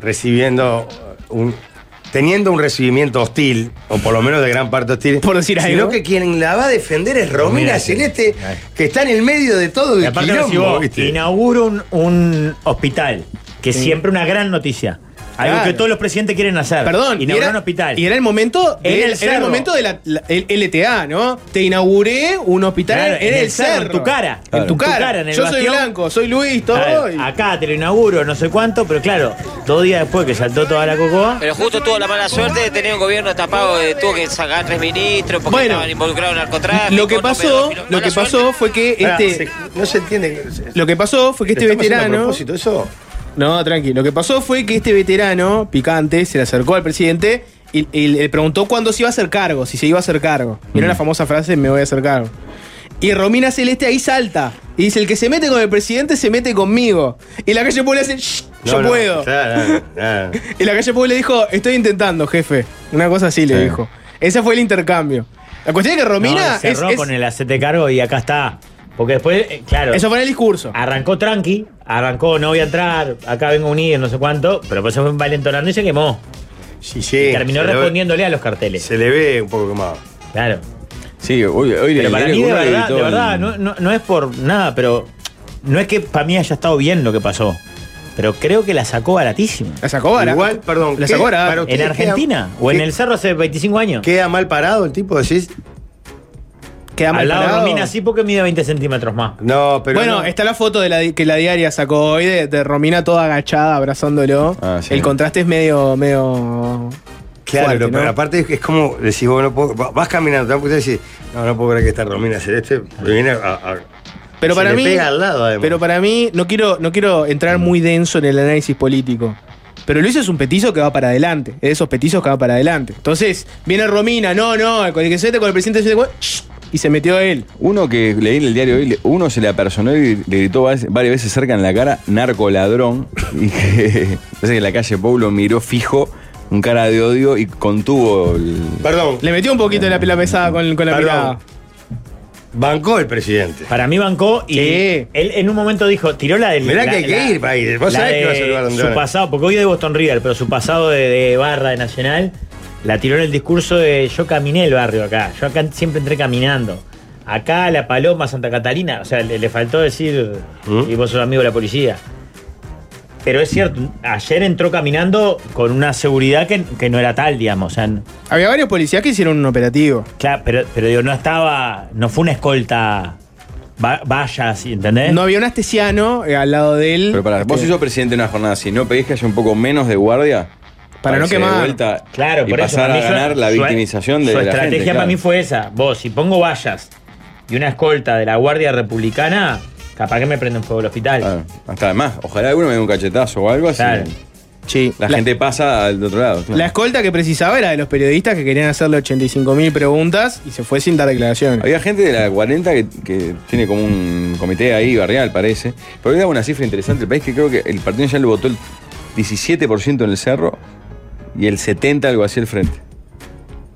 recibiendo un. teniendo un recibimiento hostil, o por lo menos de gran parte hostil.
Por decir
sino
algo.
que quien la va a defender es Romina
Romina
Celeste,
Celeste.
que está en el medio de todo
Y
el
aparte
quilombo,
recibo,
¿viste?
inauguro un, un hospital, que es siempre una gran noticia. Algo
Claro.
que todos los presidentes quieren hacer.
Perdón, y
Inaugurar
era,
un hospital.
y era el momento, de-
En el
era el
cerro.
momento de la, la- el LTA, ¿no? Te inauguré un hospital
Claro,
en, en el cerro,
en tu cara.
en tu
En tu
cara.
cara, en el
Yo soy
bastión.
blanco, soy Luis, todo.
Claro,
y-
Acá te lo inauguro, no sé cuánto, pero claro, dos días después que saltó toda la cocoa,
Pero justo tuvo la mala suerte de tener un gobierno tapado, eh, tuvo que sacar tres ministros porque
Bueno,
estaban involucrados en narcotráfico.
Lo que
no
pasó,
pedófilos.
lo
Mala
que
suerte.
pasó fue que
Pará,
este,
se- no se entiende. se-
lo que pasó fue que
¿lo
este
estamos haciendo a
veterano,
propósito eso?
no, tranqui, lo que pasó fue que este veterano picante se le acercó al presidente y, y le preguntó cuándo se iba a hacer cargo, si se iba a hacer cargo. Y era la famosa frase, me voy a hacer cargo. Y Romina Celeste ahí salta y dice, el que se mete con el presidente se mete conmigo. Y la calle Puebla hace, "Shh, yo
No, no,
puedo.
claro, claro.
Y la calle Puebla le dijo, estoy intentando, jefe. Una cosa así le
Sí.
dijo. Ese fue el intercambio. La cuestión es que Romina
no, cerró
es- es-
con el hacete cargo y acá está. Porque después, eh, claro,
Eso fue en el discurso.
arrancó tranqui, arrancó, no voy a entrar, acá vengo unido, no sé cuánto, pero pues se fue valentonando y se quemó.
Sí, sí,
Y terminó
se le ve-
respondiéndole a los carteles.
Se le ve un poco quemado.
Claro.
Sí, hoy, hoy
Pero
el
para
diario
mí, de
Uno
verdad,
editó
de
el-
verdad, no, no- no es por nada, pero no es que para mí haya estado bien lo que pasó, pero creo que la sacó baratísima.
La sacó barata.
Igual, perdón.
La
¿qué-
sacó barata.
para
¿En
ustedes queda-
Argentina? ¿O en
qué-
el cerro hace 25 años?
¿Queda mal parado el tipo? Decís,
Queda mal
Al lado de
parado.
Romina sí porque mide 20 centímetros más.
no, pero.
bueno,
no.
está la foto de la, di- que la diaria sacó hoy de, de Romina toda agachada, abrazándolo.
Ah, sí.
El contraste es medio. medio
Claro,
fuerte,
pero
¿no?
aparte es- es como decís, vos no puedo- va- vas caminando, te das cuenta y decís, no, no puedo creer que está Romina Celeste, me viene a, a-
Pero
se
para
le
mí.
pega al lado, además.
pero para mí, no quiero, no quiero entrar muy denso en el análisis político. Pero Luis es un petizo que va para adelante. Es de esos petizos que va para adelante. Entonces, viene Romina, no, no, con el que se mete con el presidente se mete con- ¡Shh! y se metió él.
Uno que leí en el diario hoy, le- uno se le apersonó y le gritó va- varias veces cerca en la cara, narcoladrón. Y que, parece que la calle Pueblo miró fijo un cara de odio y contuvo el.
Perdón.
Le metió un poquito la pila pesada con, con la
Perdón.
mirada.
Bancó el presidente.
Para mí bancó y
Sí.
él en un momento dijo, tiró la del.
Mirá
la-
que hay que
la-
ir para ir. Vos
la
sabés que
de
vas al lugar donde
Su
van.
pasado, porque hoy es de Boston River, pero su pasado de, de barra de Nacional, la tiró en el discurso de yo caminé el barrio acá. Yo acá siempre entré caminando. Acá, La Paloma, Santa Catalina. O sea, le, le faltó decir,
¿Mm?
y vos sos amigo de la policía. Pero es cierto, ayer entró caminando con una seguridad que, que no era tal, digamos. O sea, n-
Había varios policías que hicieron un operativo.
claro, pero, pero digo, no estaba, no fue una escolta va- vallas, ¿entendés?
No había un astesiano eh, al lado de él.
Pero para, vos
Este,
sos presidente de una jornada así, ¿no pedís que haya un poco menos de guardia?
Para no
que se dé
quemar.
Vuelta
Claro,
y
por eso,
pasar
para
a
mí su-
ganar la
su-
victimización de
Su
la
estrategia
gente,
para
claro.
mí fue esa. Vos, si pongo vallas y una escolta de la Guardia Republicana, capaz que me prenden fuego el hospital.
Claro. Ah, Hasta además, ojalá alguno me dé un cachetazo o algo así.
Claro.
sí,
La, gente pasa al otro lado. claro.
La escolta que precisaba era de los periodistas que querían hacerle 85.000 preguntas y se fue sin dar declaraciones.
Había gente de la 40 que, que tiene como un comité ahí, barrial, parece. Pero hoy daba una cifra interesante el país que creo que el partido ya lo votó el 17% en el cerro y el 70% algo así al frente.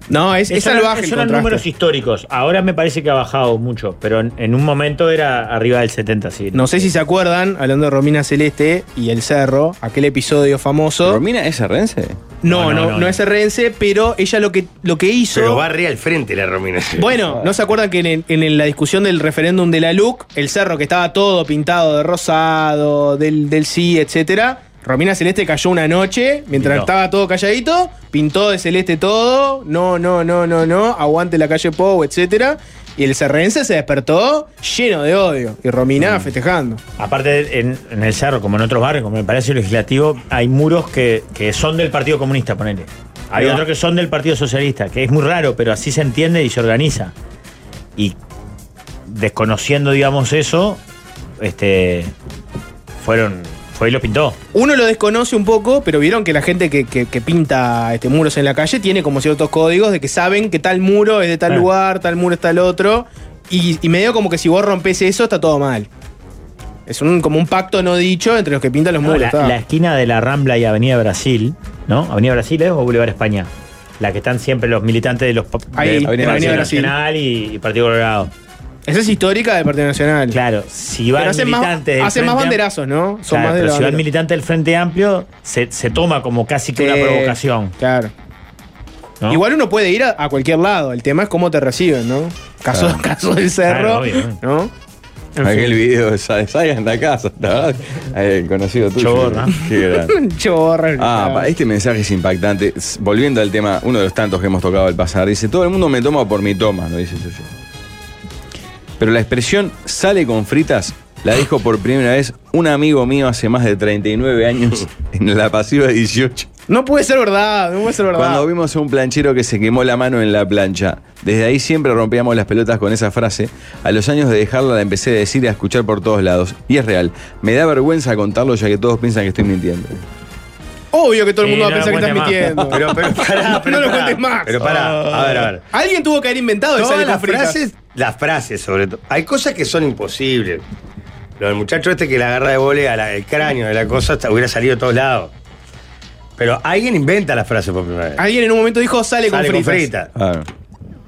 No, es, es
Esos eran-
salvaje el
esos eran
contraste.
números históricos. Ahora me parece que ha bajado mucho, pero en, en un momento era arriba del 70, sí.
No sé si se acuerdan, hablando de Romina Celeste y El Cerro, aquel episodio famoso.
¿Romina es rense?
no, no, no,
No, no, no.
es RNC, pero ella lo que, lo que hizo.
Pero barre al frente la Romina.
Bueno, ¿no se acuerdan que en, el- en la discusión del referéndum de la LUC, el cerro que estaba todo pintado de rosado, del, del sí, etcétera? Romina Celeste cayó una noche, mientras
Pintó.
estaba todo calladito, pintó de celeste todo, no, no, no, no, no, aguante la calle Pou, etcétera. Y el cerrense se despertó lleno de odio. Y Romina festejando.
Aparte, en, en el cerro, como en otros barrios, como en el Palacio Legislativo, hay muros que, que son del Partido Comunista, ponele. Hay
va.
otros que son del Partido Socialista, que es muy raro, pero así se entiende y se organiza. Y desconociendo, digamos, eso, este fueron. Fue y lo pintó.
Uno lo desconoce un poco, pero vieron que la gente que, que- que pinta este, muros en la calle tiene como ciertos códigos de que saben que tal muro es de tal
Claro.
lugar, tal muro es tal otro. Y, y medio como que si vos rompes eso, está todo mal. Es un, como un pacto no dicho entre los que pintan los
No,
muros.
la,
está.
la esquina de la Rambla y Avenida Brasil, ¿no? Avenida Brasil es o Boulevard España. La que están siempre los militantes de los pa-
Ahí,
del
en
Avenida
Partido
Brasil.
Nacional y, y Partido Colorado.
Esa es histórica del Partido Nacional.
Claro, si
Pero
van
hacen más,
militantes. del
hacen más
Frente Amplio-
banderazos, ¿no? Son
Claro,
más de
pero
la
si van
bandera.
militantes del Frente Amplio, se, se toma como casi que una
Sí,
provocación.
Claro.
¿no?
Eh, Igual uno puede ir a, a cualquier lado. El tema es cómo te reciben, ¿no? Caso, caso del cerro,
Claro, obvio.
¿no? En fin.
Aquel video de Sa- Sagan de casa, ¿te acordás? El conocido tuyo.
Choborra.
Qué grande.
Chorra.
Ah,
Claro.
pa- este mensaje es impactante. S- Volviendo al tema, uno de los tantos que hemos tocado al pasar, dice, todo el mundo me toma por mi toma, lo dice Chucho. Pero la expresión sale con fritas la dijo por primera vez un amigo mío hace más de 39 años en la pasiva 18.
No puede ser verdad, no puede ser verdad.
Cuando vimos a un planchero que se quemó la mano en la plancha. Desde ahí siempre rompíamos las pelotas con esa frase. A los años de dejarla la empecé a decir y a escuchar por todos lados. Y es real. Me da vergüenza contarlo ya que todos piensan que estoy mintiendo.
Obvio que todo el
Sí,
Eh,
mundo va a
no
pensar
lo
que estás
cuentes
mintiendo.
Pero, pero pará, Ah, pero
no lo
pará.
cuentes más.
Pero pará, a ver, a ver.
Alguien tuvo que haber inventado esa
Todas
letra
las
frita.
frases, las frases sobre todo. Hay cosas que son imposibles. Lo del muchacho este que la agarra de volea, la, el cráneo de la cosa, hasta hubiera salido de todos lados. Pero alguien inventa las frases por primera vez.
Alguien en un momento dijo sale,
Sale
con
con
fritas.
frita.
Claro.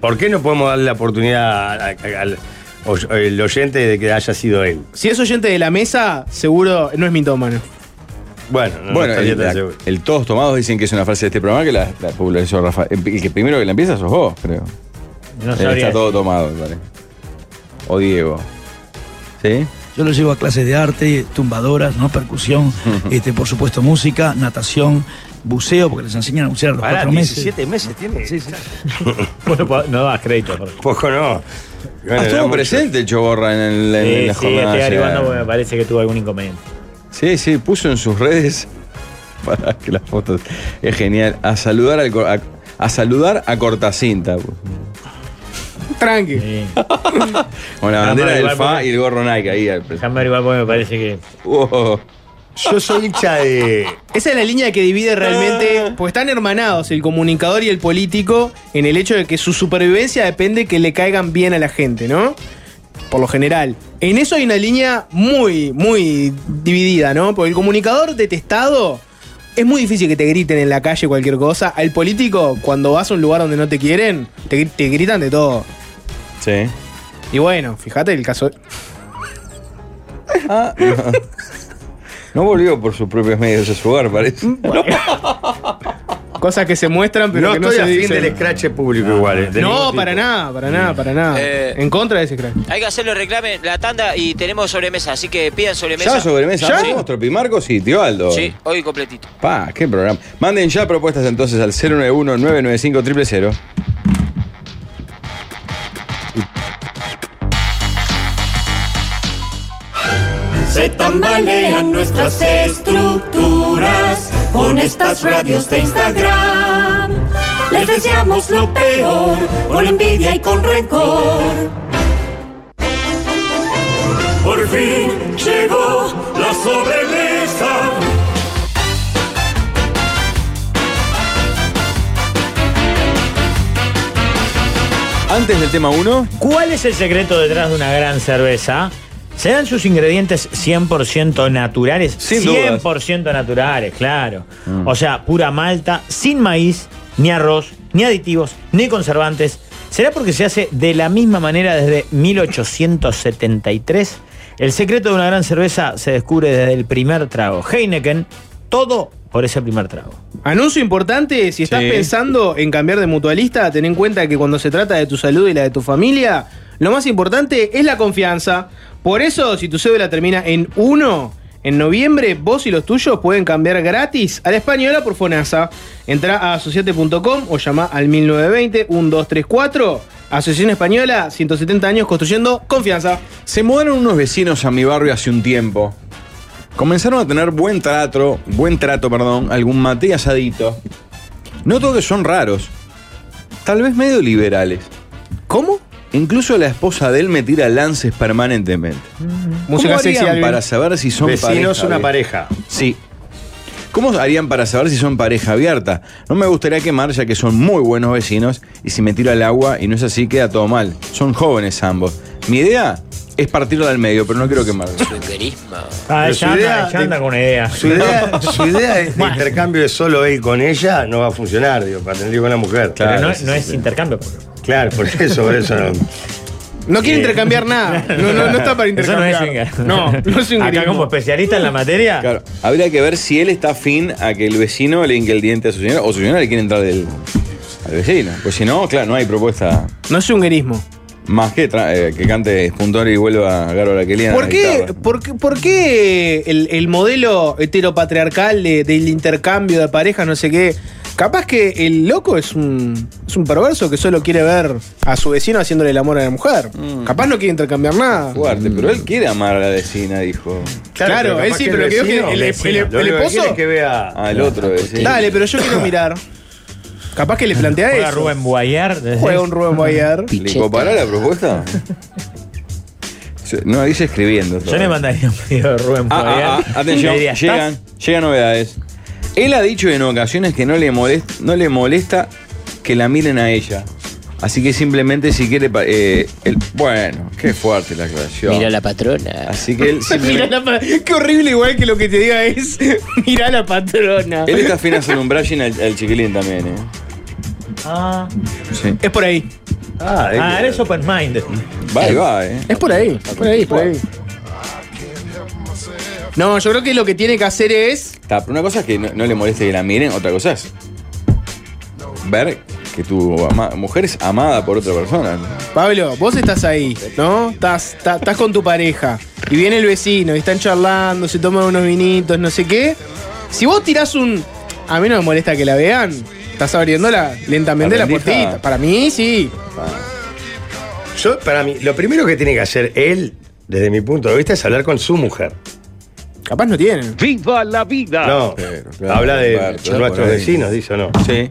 ¿Por qué no podemos darle la oportunidad a- a- al, o- el oyente de que haya sido él?
Si es oyente de la mesa, seguro no es mitómano.
Bueno, no, no
Bueno,
estaría
el,
tan
la-
seguro.
el todos tomados dicen que es una frase de este programa que la, la popularizó Rafa. El, el que primero que la empieza sos vos, creo.
No
Eh,
sabría.
está todo tomado, vale. O Diego. ¿Sí? Ah,
Yo los llevo a clases de arte, tumbadoras, ¿no? Percusión, este, por supuesto música, natación, buceo, porque les enseñan a bucear a los
Pará,
cuatro meses.
17 meses tiene.
Sí, sí.
Bueno, pues, no das crédito. por-
Poco no. Bueno,
Ah,
era
estuvo
mucho.
presente el Choborra en, el- en
Sí,
la
sí, este
jornada.
estoy averiguando
ayer.
porque me parece que tuvo algún inconveniente.
Sí, sí, puso en sus redes para que las fotos. Es genial. A saludar al cor- a, a saludar a Cortacinta.
Tranqui.
Sí.
Ah, Con la
Ah,
bandera
mal,
del
igual,
FA
porque-
y el gorro Nike ahí al presente.
Déjame averiguar porque me parece que.
Oh,
Yo soy hincha de.
Esa es la línea que divide realmente, porque están hermanados el comunicador y el político en el hecho de que su supervivencia depende que le caigan bien a la gente, ¿no? Por lo general. En eso hay una línea muy, muy dividida, ¿no? Porque el comunicador detestado Es muy difícil que te griten en la calle cualquier cosa. Al político, cuando vas a un lugar donde no te quieren, te, gri- te gritan de todo.
Sí.
Y bueno, fíjate el caso.
No volvió por sus propios medios a su hogar, parece.
Cosas que se muestran, pero
No
que no
estoy
se
a fin
dicen.
del escrache público igual. eh, de ningún
No,
tipo.
para nada, para nada, para nada.
Eh,
en contra de ese crack.
Hay que hacer los reclames, la tanda y tenemos sobremesa, así que pidan sobremesa.
Ya sobremesa.
¿Ya?
¿Ya? Somos Tropimarcos y Tiobaldo.
Sí, hoy completito.
Pa, qué programa. Manden ya propuestas entonces al 091-995-000.
Se tambalean nuestras estructuras con estas radios de Instagram. Les deseamos lo peor, con envidia y con rencor. Por fin llegó la sobremesa.
Antes del tema 1,
¿Cuál es el secreto detrás de una gran cerveza? ¿Serán sus ingredientes 100% naturales?
Sin
100% naturales, claro.
Mm.
O sea, pura malta, sin maíz, ni arroz, ni aditivos, ni conservantes. ¿Será porque se hace de la misma manera desde 1873? El secreto de una gran cerveza se descubre desde el primer trago. Heineken, todo por ese primer trago.
Anuncio importante, si estás
Sí.
pensando en cambiar de mutualista, ten en cuenta que cuando se trata de tu salud y la de tu familia, lo más importante es la confianza. Por eso, si tu cédula termina en 1, en noviembre vos y los tuyos pueden cambiar gratis a la española por Fonasa. Entra a asociate.com o llama al 1920-1234. Asociación Española, 170 años construyendo confianza.
se mudaron unos vecinos a mi barrio hace un tiempo. Comenzaron a tener buen trato, buen trato, perdón, algún mate y asadito. Noto que son raros. Tal vez medio liberales.
¿Cómo?
Incluso la esposa de él me tira lances permanentemente.
Música
¿Cómo
sexy,
harían
Alvin.
para saber si son
Vecinos,
pareja,
una
viejo?
pareja.
Sí. ¿Cómo harían para saber si son pareja abierta? No me gustaría quemar ya que son muy buenos vecinos y si me tiro al agua y no es así queda todo mal. Son jóvenes ambos. Mi idea es partirlo al medio, pero no quiero quemarlo.
Carisma.
Ah,
Pero su
ya anda,
idea
ya anda
de-
con una idea.
Su idea, su idea es de
Bueno.
intercambio de solo él con ella no va a funcionar, digo, para tener con una mujer.
Pero
Claro,
no,
sí,
no
sí,
es
sí.
intercambio.
Claro, por eso, por eso no.
No quiere intercambiar nada. No, no, no está para
Eso no
intercambiar.
es swinger.
No, no es
Acá
swingerismo.
como especialista en la materia.
Claro, habría que ver si él está afín a que el vecino le hinque el diente a su señora o su señora le quiere entrar del, al vecino. Pues si no, claro, no hay propuesta
No es swingerismo.
más que, tra- eh, que cante Spuntor y vuelva a Garo Laquelian a la
¿Por qué,
guitarra.
por qué- por qué el, el modelo heteropatriarcal de- del intercambio de parejas, no sé qué? Capaz que el loco es un, es un perverso que solo quiere ver a su vecino haciéndole el amor a la mujer.
Mm.
Capaz no quiere intercambiar nada.
Fuerte, pero él quiere amar a la vecina, dijo.
Claro,
capaz
él sí,
que
pero
el
que digo que
vecino-
el- el-
vecino,
el-
lo
el
único
esposo-
que
Ah.
quiere es que vea.
Al otro vecino.
Dale, pero yo quiero mirar. Capaz que le plantea
Juega
eso.
Rubén Boyer.
Juega un Rubén Boyer.
¿Le copará la propuesta? No, dice escribiendo.
Yo le
todavía.
mandaría un video de Rubén
Ah,
Boyer.
ah, ah, atención,
Le diría, ¿estás?
llegan, llegan novedades. Él ha dicho en ocasiones que no le, molesta, no le molesta que la miren a ella. Así que simplemente si quiere... pa- eh, él- bueno, qué fuerte la aclaración.
la patrona.
Así que él...
Mirá
simplemente-
la pa- Qué horrible igual que lo que te diga es mirá la patrona.
Él está afín a hacer un brushing al, al chiquilín también, ¿eh?
Ah,
Sí.
Es por ahí.
Ah, él-
ah, eres open mind.
Va y va, ¿eh?
Es por ahí, por ahí, por ahí. No, yo creo que lo que tiene que hacer es.
Ta, pero una cosa es que no, no le moleste que la miren, otra cosa es ver que tu ama- mujer es amada por otra persona.
Pablo, vos estás ahí, ¿no? Estás, ta- estás con tu pareja. Y viene el vecino y están charlando, se toman unos vinitos, no sé qué. Si vos tirás un. A mí no me molesta que la vean. Estás abriéndola lentamente
La
la
rendija.
puertita. Para mí, sí.
Yo, para mí, lo primero que tiene que hacer él, desde mi punto de vista, es hablar con su mujer.
Capaz no tienen.
¡Viva la vida!
no,
pero, claro,
habla de
Alberto,
nuestros
por ahí.
vecinos, dice o no.
Sí.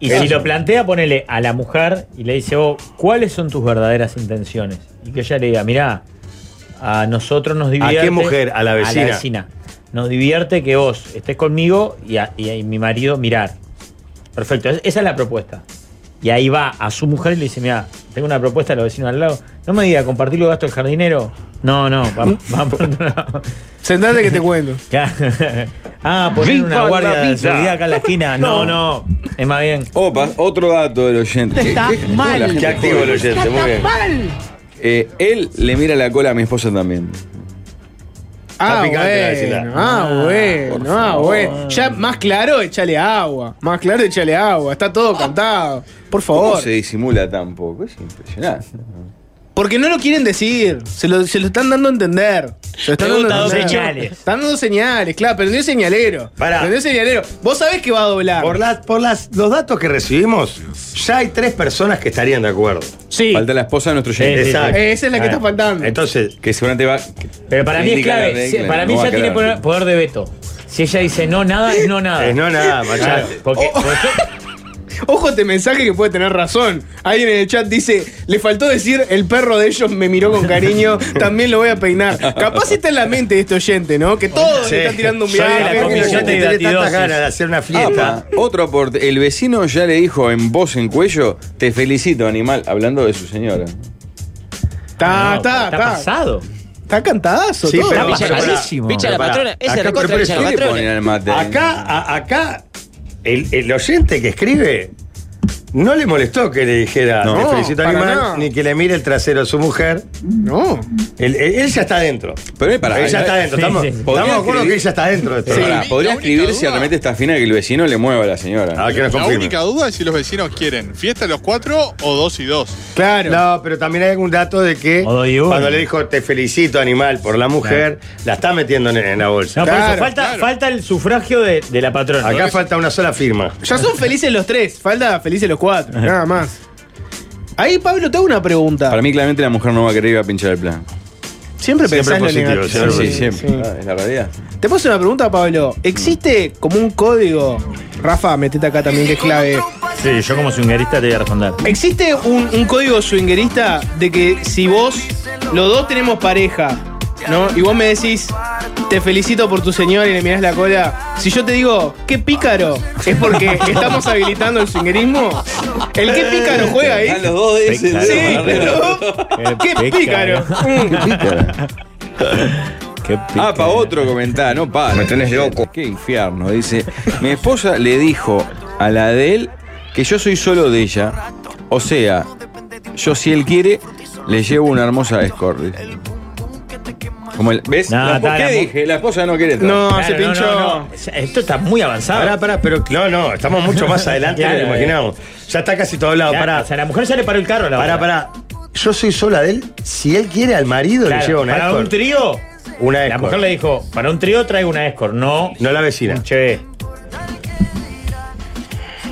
Y si lo plantea, ponele a la mujer y le dice, vos, ¿cuáles son tus verdaderas intenciones? Y que ella le diga, mirá, a nosotros nos divierte.
qué mujer? ¿A la vecina?
vecina. Nos divierte que vos estés conmigo y, a- y a- y mi marido mirar. Perfecto, es- esa es la propuesta. Y ahí va a su mujer y le dice, mira, tengo una propuesta a los vecinos al lado. No me diga, compartir los gastos del jardinero. No, no, vamos, vamos por otro lado.
Sentate que te cuento.
Ah, poner
Viva
una
la
guardia de
vida.
seguridad acá en la esquina. No, no. Es más bien.
Opa, otro dato del oyente.
Está
Qué- qué-
mal.
la gente
Qué activo
joven.
el oyente, muy bien.
Ah.
mal.
Eh, él le mira la cola a mi esposa también.
Ah,
picante, la vecindad.
bueno, ah, bueno, ah, bueno. Ya más claro, échale agua. Más claro, échale agua. Está todo cantado. Por
¿Cómo
favor.
se disimula tampoco? Es impresionante.
Porque no lo quieren decir. Se lo, se lo están dando a entender. Se lo están
Me
dando
gusta
a
dos
entender.
señales.
Están dando señales, claro. Prendió señalero.
Pará.
Prendió señalero. Vos sabés que va a doblar.
Por, las, por las, los datos que recibimos, ya hay tres personas que estarían de acuerdo.
Sí.
Falta la esposa de nuestro
Sí,
oyente.
sí, sí. Exacto.
Eh, esa es la que
Ah.
está faltando.
Entonces,
Que seguramente va.
Pero para mí es
indica la
clave.
regla,
Si- para mí
no va
ya
a quedar.
tiene poder, poder de veto. Si ella dice no nada, es no nada.
Es no nada,
Claro,
machate.
porque,
Ojo este mensaje que puede tener razón. Alguien en el chat dice, le faltó decir, el perro de ellos me miró con cariño, también lo voy a peinar. Capaz está en la mente de este oyente, ¿no? Que todos
Sí.
le están tirando un
Soy de la
viaje. que-
comisión de Ah,
que tiene
hidratidosis.
tantas ganas.
Para hacer una
Apa,
fiesta.
otro aporte. El vecino ya le dijo en voz en cuello, te felicito, animal, hablando de su señora.
Ah, Está, está,
No, está
está.
pasado.
Está cantadazo
Sí,
todo. Está
pero- pero pará,
Picha
pero pará.
la patrona, ese
Acá-
recontra
pero
picha
¿Qué
la
le
patrona.
ponen al mate?
Acá, a- acá el, el oyente que escribe no le molestó que le dijera
No.
te felicito
No, para
animal,
nada.
ni que le mire el trasero a su mujer.
No.
Él, él- él ya está adentro.
Pero él para.
Ella está
eh,
adentro.
sí,
Estamos,
sí.
estamos
Podría
de acuerdo
escribir-
que ella está adentro de esto.
pará,
Sí.
podría
La única
escribir si
duda-
realmente está fina que el vecino le mueva a la señora.
Ah, que nos
La
confirme.
única duda es si los vecinos quieren fiesta los cuatro o dos y dos.
Claro.
No, pero también hay algún dato de que
O doy uno.
cuando le dijo te felicito animal por la mujer, la está metiendo en, en la bolsa.
No, por eso,
Claro,
falta,
claro.
falta el sufragio de, de la patrona.
Acá falta una sola firma.
Ya son felices los tres, falta felices los cuatro, nada más. Ahí, Pablo, te hago una pregunta.
Para mí, claramente, la mujer no va a querer ir a pinchar el plan.
siempre
Siempre
pensás en lo
positivo,
negativo.
siempre
Sí,
Sí,
siempre.
sí.
Ah, es la realidad.
Te puedo hacer una pregunta, Pablo. ¿Existe como un código? Rafa, metete acá también, que es clave.
Sí, yo como swingerista te voy a responder.
¿Existe un, un código swingerista de que si vos, los dos tenemos pareja, ¿no? Y vos me decís, te felicito por tu señor y le mirás la cola. Si yo te digo, qué pícaro, es porque estamos habilitando el swingerismo. El qué pícaro juega ahí.
Están los dos de ese,
Pícaro.
de
Sí,
ese barrio.
¿no? Qué pícaro. Mm,
Qué
Ah,
pica.
para otro comentar, no para. Me tenés loco. Qué infierno, dice. Mi esposa le dijo a la de él que yo soy solo de ella. O sea, yo si él quiere, le llevo una hermosa escort. dice. Como el, ¿Ves?
No,
La-
está
¿Por qué
la mu-
dije? La esposa no quiere entrar.
No,
Claro,
se
no,
pinchó.
no, no. Esto está muy avanzado.
Pará, pará, pero no, no, estamos mucho más adelante de lo que
Claro,
imaginamos. Ya está casi todo hablado.
Ya,
Pará,
o sea, la mujer ya le paró el carro a la
pará,
otra.
pará. Yo soy sola de él. Si él quiere al marido,
Claro,
le lleva una
para
escort.
un trío,
una
la
escort.
mujer le dijo, para un trío traigo una escort, no.
No la vecina.
Che.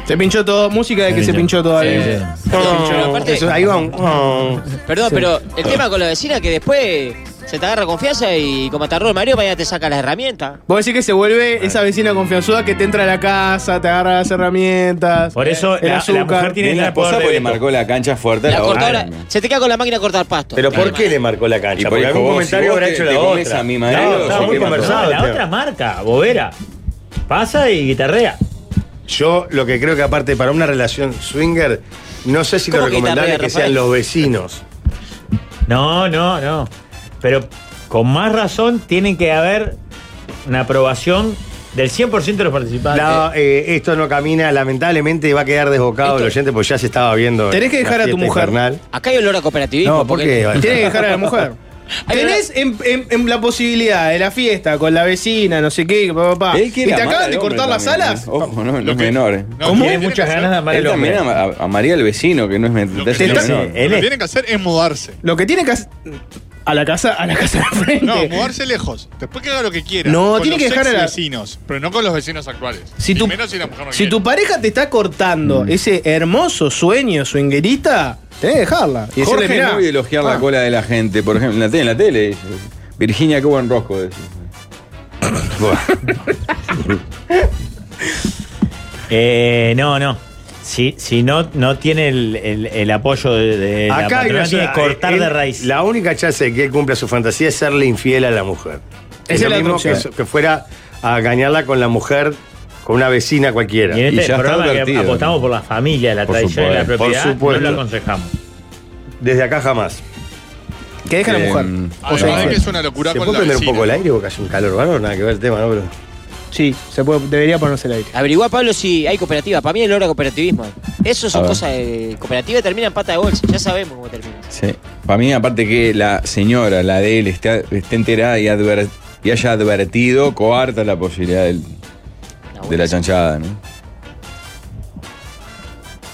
Se pinchó todo, música de que se pinchó todo. alguien.
Pero aparte-
Eso, ahí va un- oh.
Perdón, pero el tema con la vecina que después se te agarra confianza y como te agarró el marido, mañana te saca las herramientas.
Vos decís que se vuelve esa vecina confianzuda que te entra a la casa, te agarra las herramientas.
Por eso
el
la- la
azúcar.
mujer tiene-
Bien, la
la poder
esposa
de
porque le
veto.
marcó la cancha fuerte a
La
la
cortadora-
otra.
se te queda con la máquina a cortar pasto.
Pero ¿por
Además.
qué le marcó la
Y
cancha?
por
Porque
ahí
algún
vos,
comentario
si vos
habrá
te-
hecho
te
la
comes
otra.
a mi madre,
No,
o
estaba
si
muy
qué más.
conversado. el
la
tema.
otra marca, bobera. Pasa y guitarrea.
Yo lo que creo que aparte para una relación swinger, no sé si lo
¿Cómo que
recomendable
guitarrea,
es que
Rafael?
sean los vecinos.
No, no, no. Pero con más razón tiene que haber una aprobación del 100% de los participantes.
No, eh, esto no camina, lamentablemente va a quedar desbocado
Esto-
el oyente porque ya se estaba viendo.
Tenés que
la
dejar a tu
fiesta
mujer.
infernal.
Acá hay olor a cooperativismo.
No, ¿por qué?
porque-
Tiene que dejar a la mujer.
Hay
Tenés en, en- en la posibilidad de la fiesta con la vecina, no sé qué, papá. papá.
Él
¿Y
quiere
te
amar
acaban
al
Ah, de
hombre
cortar las
también,
alas?
¿eh? Ojo, no, no
Lo
es
que-
menor. ¿eh?
No,
¿Cómo?
lo que
Tiene muchas
tienen que
ganas de
hacer-
amar
Él
al hombre.
también ama- a, a María el vecino, que no es
Lo que,
es
tienen,
menor.
lo que
él es-
tienen que hacer es mudarse.
Lo que tiene que hacer. A la casa, a la casa de frente.
No, mudarse lejos. Después que haga lo que quiera.
No,
con
tiene
los
que dejar a la-
vecinos, pero no con los vecinos actuales.
Si
Y
tu,
menos si la mujer no
si
quiere.
tu pareja te está
Mm.
cortando ese hermoso sueño swingerista, tenés que dejarla. Y
Jorge
decirle, mirá,
es muy de elogiar
ah,
la cola de la gente, por ejemplo, en la tele, en la tele dice, Virginia, qué buen rosco. dice.
Eh, no, no. Si, si no, no tiene el, el- el apoyo de, de la
Acá hay
patrona, tiene
una sola- eh,
que cortar
él-
de raíz.
La única chance de que él cumpla su fantasía es serle infiel a la mujer.
Esa es la
lo mismo
otra
que,
opción.
que fuera a engañarla con la mujer con una vecina cualquiera.
Y en este programa que apostamos por la familia, la
Por
tradición y la
supuesto, por
propiedad,
supuesto.
no lo aconsejamos.
Desde acá jamás.
Que
deje a la mujer.
Em,
O sea, que es una locura
¿Se
con
puede
la
prender un
vecina.
poco el aire porque hace un calor bárbaro? Nada que ver el tema, ¿no? Pero...
Sí, se puede, debería ponerse el aire.
Averigua, Pablo, si hay cooperativa. Para mí es logra cooperativismo. eh. Eso
A
son
ver.
cosas de cooperativa y terminan pata de bolsa. Ya sabemos cómo termina.
Sí. Para mí, aparte que la señora, la de él, está- esté, enterada y, adver- y haya advertido, coarta la posibilidad del- de la chanchada, ¿no?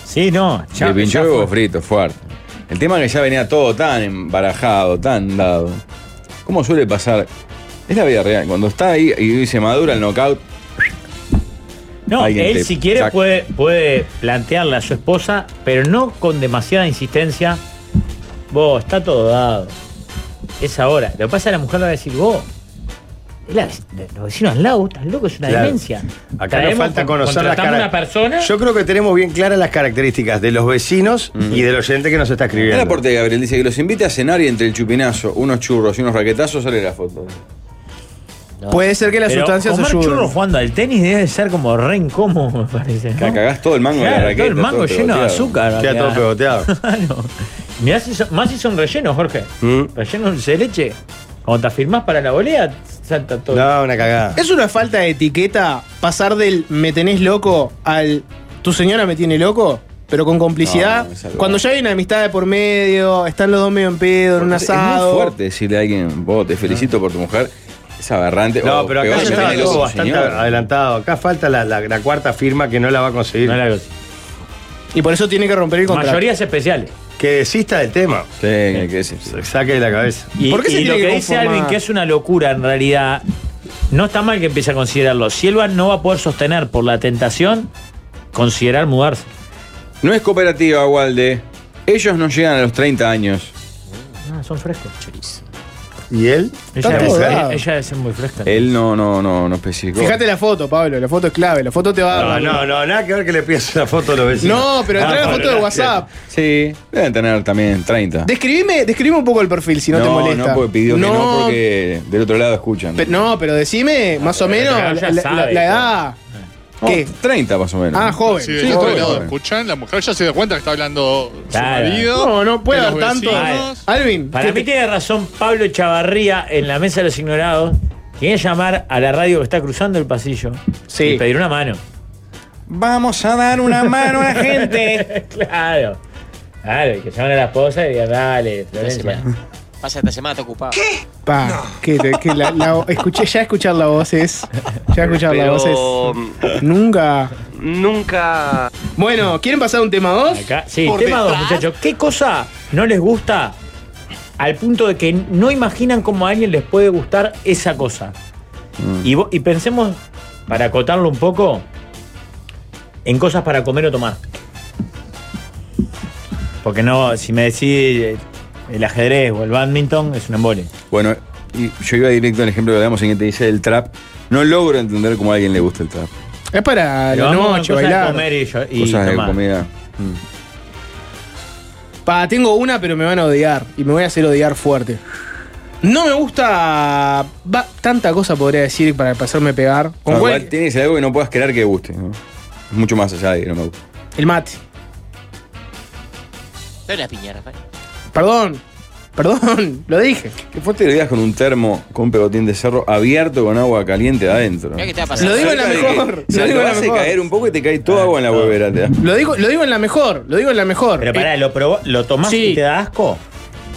Sí, no.
Ya, pinchó huevo frito, fuerte. El tema es que ya venía todo tan embarajado, tan dado. ¿Cómo suele pasar? Es la vida real. Cuando está ahí y se madura el knockout.
No,
alguien
él
te
si quiere
saca.
puede, puede plantearle a su esposa, pero no con demasiada insistencia. Vos, está todo dado. Es ahora. Lo que pasa es que la mujer le va a decir, vos, es la- los vecinos al lado, estás loco, es una
Claro.
demencia.
Acá nos
Traemos-
falta conocer las
contratamos una
características.
persona.
Yo creo que tenemos bien claras las características de los vecinos y del oyente que nos está
El
escribiendo.
aporte de Gabriel dice que los invite a cenar y entre el chupinazo, unos churros y unos raquetazos sale la foto.
Puede ser que las
Pero
sustancias
comer
ayuden.
churros jugando al tenis debe ser como re incómodo, me parece. ¿no?
Ca- Cagás todo el mango de la
Claro,
raqueta.
todo el mango
todo
lleno de
pegoteado.
azúcar.
Queda todo pegoteado.
Claro. Mirá si son, más si son rellenos, Jorge.
Mm.
Rellenos dulce de leche. Cuando te firmás para la volea, salta todo.
No, una cagada.
¿Es una falta de etiqueta pasar del me tenés loco al tu señora me tiene loco? Pero con complicidad.
No, es algo-
Cuando ya hay una amistad de por medio, están los dos medio en pedo, en un
Es
asado.
muy fuerte decirle a alguien, vos te felicito por tu mujer. Es aberrante.
No,
O
pero acá
peor,
ya
me
estaba
tenés
todo
loco,
bastante
señor.
adelantado. Acá falta la, la- la cuarta firma que no la va a conseguir.
No la hago así.
Y por eso tiene que romper el contrato.
Mayorías especiales.
Que desista del tema.
Sí, que hay que decir.
Se Saque de la cabeza.
Y,
¿Por qué se
y lo
tiene
que,
que
dice
conformar?
Alvin, que es una locura en realidad, no está mal que empiece a considerarlo. Si Elba no va a poder sostener por la tentación, considerar mudarse.
No es cooperativa, Walde. Ellos no llegan a los 30 años.
Ah, son frescos.
¿Y él?
Ella,
Está
es,
todo
ella,
dado.
ella es muy fresca.
Él no, no, no, no especificó.
Fíjate la foto, Pablo. La foto es clave. La foto te va
No,
a.
no, no, nada que ver que le pidas una foto a los vecinos.
No, pero
Ah,
trae la
Pablo,
foto de
gracias.
WhatsApp.
Sí, deben tener también 30.
Describime, describime un poco el perfil, si no, te molesta.
No, porque pidió que no,
No,
porque del otro lado escuchan.
pe- no, pero decime más o menos
pero ya
la, la-
sabe,
la edad.
No,
¿Qué?
30 más o menos.
Ah, joven.
Si
Sí,
del otro
joven.
lado
joven.
escuchan, la mujer ya se da cuenta que está hablando
Claro.
su marido.
No, no puede
de los
haber tanto.
vecinos.
Alvin,
Para
¿qué-
mí tiene razón Pablo Chavarría en la mesa de los ignorados. Tiene que llamar a la radio que está cruzando el pasillo
Sí.
y pedir una mano.
Vamos a dar una mano a la gente.
claro. Claro, y que llamen a la esposa y digan, dale,
Esta
Florencia.
semana. Pasa esta semana, está ocupado.
Pa, que, te- que la, la- escuché, ya escuchar la voz es. Ya escuchar la voz es. Nunca.
Nunca.
Bueno, ¿quieren pasar a un tema 2?
Acá, sí,
Por
tema dos,
detrás.
muchachos. ¿Qué cosa no les gusta al punto de que no imaginan cómo a alguien les puede gustar esa cosa? Y, vo- y pensemos, para acotarlo un poco, en cosas para comer o tomar. Porque no, si me decís eh, el ajedrez o el badminton, es un embole.
Bueno, y yo iba directo al ejemplo que hablamos en que te dice el trap. No logro entender cómo a alguien le gusta el trap.
Es para
Pero
la
vamos con
noche,
cosas de
bailar.
comer y, yo- y
Cosas de
tomar.
comida.
Pa, tengo una, pero me van a odiar. Y me voy a hacer odiar fuerte. No me gusta. va, tanta cosa podría decir para pasarme a pegar. ¿Con
Ah,
No,
cuál?
igual tiene que ser algo que no puedas creer que guste. ¿no? Es mucho más allá de que no me gusta.
El mate.
Dale una piña, Rafael.
Perdón. Perdón, lo dije.
Que fuerte que lo digas con un termo con un pegotín de cerro abierto con agua caliente adentro.
Mirá que te va a pasar.
Lo digo en la
Cerca de que-
mejor,
o sea,
lo
Lo
digo en la
hace
mejor. Ah,
caer un poco y te cae todo agua en la huevera. te da.
Lo digo, lo digo en la mejor, lo digo en la mejor.
Pero
Eh,
pará, ¿lo, probó- lo tomás
Sí.
y te da asco?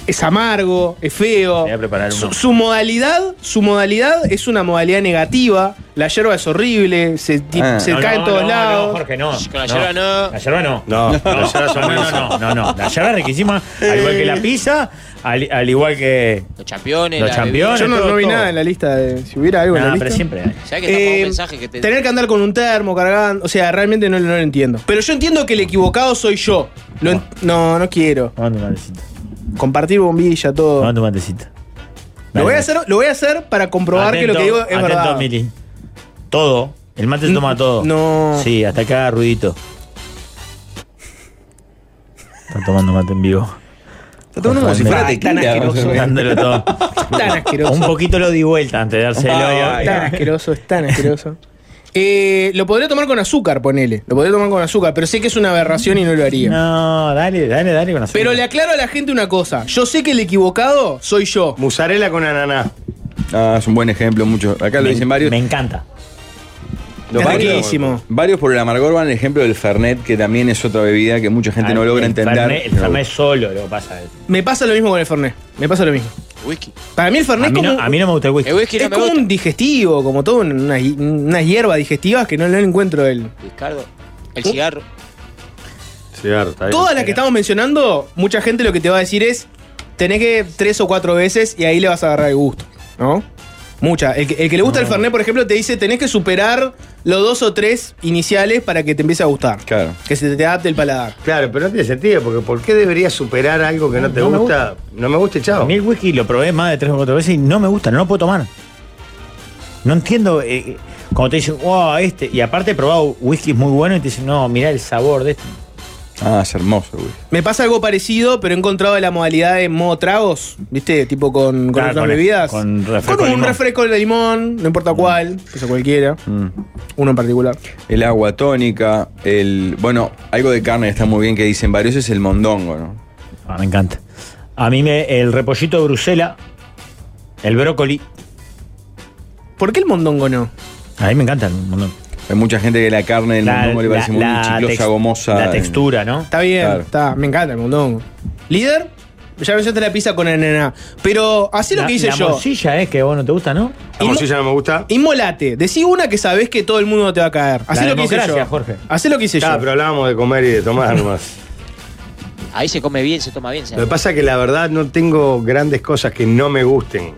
es amargo, es feo.
Voy a preparar uno.
Su, su modalidad, su modalidad es una modalidad negativa. La hierba es horrible, se, ti-
Ah.
se
No,
cae en
no,
todos
no,
lados.
No, Jorge, no.
Con la yerba no.
La yerba no.
No, las yerba son
No, no, no, no, no. La yerba es riquísima, al igual que la
Eh.
pizza, al, al igual que.
Los campeones.
Los
la
campeones.
Yo no,
todo,
no vi
todo.
nada en la lista de. Si hubiera algo en la
No,
lista.
pero siempre hay.
bebida. ¿Sabés que está para
Eh,
un mensaje que te.
Tener que andar con un termo cargando. O sea, realmente no, no lo entiendo. Pero yo entiendo que el equivocado soy yo. Lo en- no, no quiero.
Toma tu matecita.
Oh. Compartir bombilla,
Toma
todo.
tu matecita.
Lo voy, a
Dale.
hacer, lo voy a hacer para comprobar que lo que
Atento,
digo es
atento,
verdad. Mm,
Mili. Todo. El mate se toma todo.
No.
Sí, hasta acá, ruidito. Está tomando mate en vivo.
Está tomando como si fuera
Ay, tan
tequila,
asqueroso.
¿no?
Dándolo todo.
Tan asqueroso.
Un poquito lo di vuelta antes de dárselo.
Ay, ay,
tan asqueroso, es tan asqueroso. Eh, lo podría tomar con azúcar, ponele. Lo podría tomar con azúcar, pero sé que es una aberración y no lo haría.
No, dale, dale, dale con azúcar.
Pero le aclaro a la gente una cosa. Yo sé que el equivocado soy yo.
Musarela con ananá.
Ah, es un buen ejemplo, mucho. Acá lo
Me-
dicen varios.
Me encanta.
Los
Es
varios-
riquísimo.
Varios por el amargor van el ejemplo del Fernet, que también es otra bebida que mucha gente no
Al-
logra
Ah, el
entender.
Fernet- El Fernet solo lo que pasa. es-
Me pasa lo mismo con el Fernet. Me pasa lo mismo.
Whisky.
Para mí el Fernet
A
es
mí,
como,
no, a mí no me gusta el whisky.
El whisky
es
no me
como
gusta.
un digestivo, como todo, un- unas hi- unas hierbas digestivas que no le encuentro el.
Ricardo, el cigarro.
Cigarro, está bien.
Todas las que estamos mencionando, mucha gente lo que te va a decir es: tenés que tres o cuatro veces y ahí le vas a agarrar el gusto, ¿no? Mucha. El que, el que le
Ah.
gusta el Fernet, por ejemplo, te dice: tenés que superar los dos o tres iniciales para que te empiece a gustar.
Claro.
Que se te adapte el paladar.
Claro, pero no tiene sentido, porque ¿por qué deberías superar algo que no,
No,
te
no me
gusta? No me gusta y
A
chao.
mí el whisky lo probé más de tres o cuatro veces y no me gusta, no lo puedo tomar. No entiendo. eh, cuando te dicen, wow, este. Y aparte he probado whisky muy bueno y te dicen, no, mirá el sabor de este.
Ah, es hermoso, güey.
Me pasa algo parecido, pero he encontrado la modalidad de modo tragos, ¿viste? Tipo con, con
Claro,
otras
con-
bebidas.
con refresco
Con
de
un
limón. Mm.
refresco de limón, no importa cuál, pues a cualquiera. Uno en particular.
El agua tónica, el. Bueno, algo de carne que está muy bien que dicen varios es el mondongo, ¿no?
Ah, me encanta. A mí me, el repollito de Bruselas, el brócoli.
¿Por qué el mondongo no?
A mí me encanta el mondongo.
Hay mucha gente que la carne del mondongo le parece muy chiclosa,
tex-
gomosa. eh,
la textura, ¿no?
Está bien,
Claro.
está, me encanta el mondongo. ¿Líder? Ya mencionaste la pizza con nena. Pero así lo
La-
que hice
la
yo.
morcilla es que vos no te gusta, ¿no?
La morcilla no me gusta.
Inmolate, decí una que sabés que todo el mundo te va a caer. Así
La
lo que hice
democracia,
yo.
Jorge.
Así lo que hice
Ah,
yo.
pero hablábamos de comer y de tomar nomás.
Ahí se come bien, se toma bien. se-
Lo que pasa es que la verdad no tengo grandes cosas que no me gusten.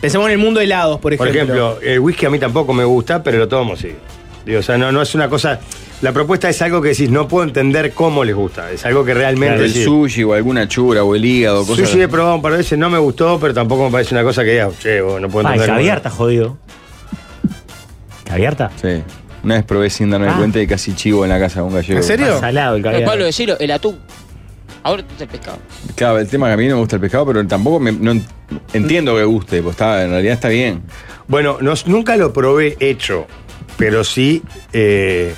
Pensemos en el mundo de helados, por
Por
ejemplo.
ejemplo, el whisky a mí tampoco me gusta, pero lo tomo, sí. Digo, o sea, no, no es una cosa. La propuesta es algo que decís, no puedo entender cómo les gusta. Es algo que realmente.
El
decís,
sushi o alguna chura o el hígado, cosas.
Sushi he probado un par de veces, no me gustó, pero tampoco me parece una cosa que digas, che, vos, no puedo
Ah, el
entender. cómo-
caviar está jodido. ¿Caviar está?
Sí. Una vez probé sin darme
Ah.
cuenta y casi chivo en la casa de un gallego.
¿En serio?
Está salado el
Pero,
caviar.
Pablo, decilo, el atún. Ahora tú el pescado.
Claro, el tema que a mí no me gusta el pescado, pero tampoco me- no en- entiendo que guste, pues está, en realidad está bien.
Bueno, no- nunca lo probé hecho, pero sí eh,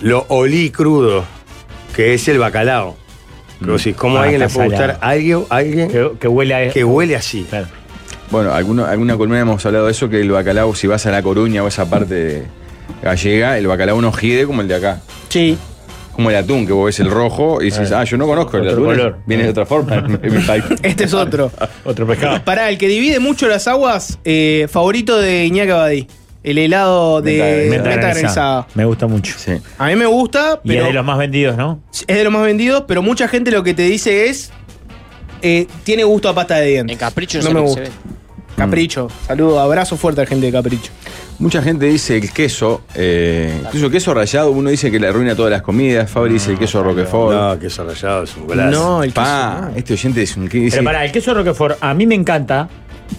lo olí crudo, que es el bacalao. Pero sí, ¿cómo
Ah,
a alguien le
está
puede gustar
salado.
algo, alguien
que, que huele a...
que huele así?
Claro.
Bueno, alguno, alguna columna hemos hablado de eso, que el bacalao, si vas a La Coruña o esa parte de gallega, el bacalao no gide como el de acá.
Sí.
Como el atún, que vos ves el rojo y dices, ah, yo no conozco el
Otro
atún.
color.
Viene de otra forma. en mi país.
Este es otro.
Otro pescado.
Pará, el que divide mucho las aguas, eh, favorito de Iñaki Abadí. El helado de
Menta
menta
granizada.
granizada.
Me gusta mucho.
sí.
A mí me gusta,
Y
pero
es de los más vendidos, ¿no?
más vendidos, pero mucha gente lo que te dice es eh, tiene gusto a pasta de
En
dientes.
capricho
No
no,
me
sé
gusta.
lo que se ve.
Capricho.
Mm.
Saludo, abrazo fuerte a la gente de Capricho.
Mucha gente dice el queso, eh, incluso queso rayado, uno dice que le arruina todas las comidas, Fabri dice el queso Roquefort.
No, que eso rayado es un golazo.
No, el
Pa,
queso.
este oyente es un que dice,
Pero para el queso Roquefort, a mí me encanta,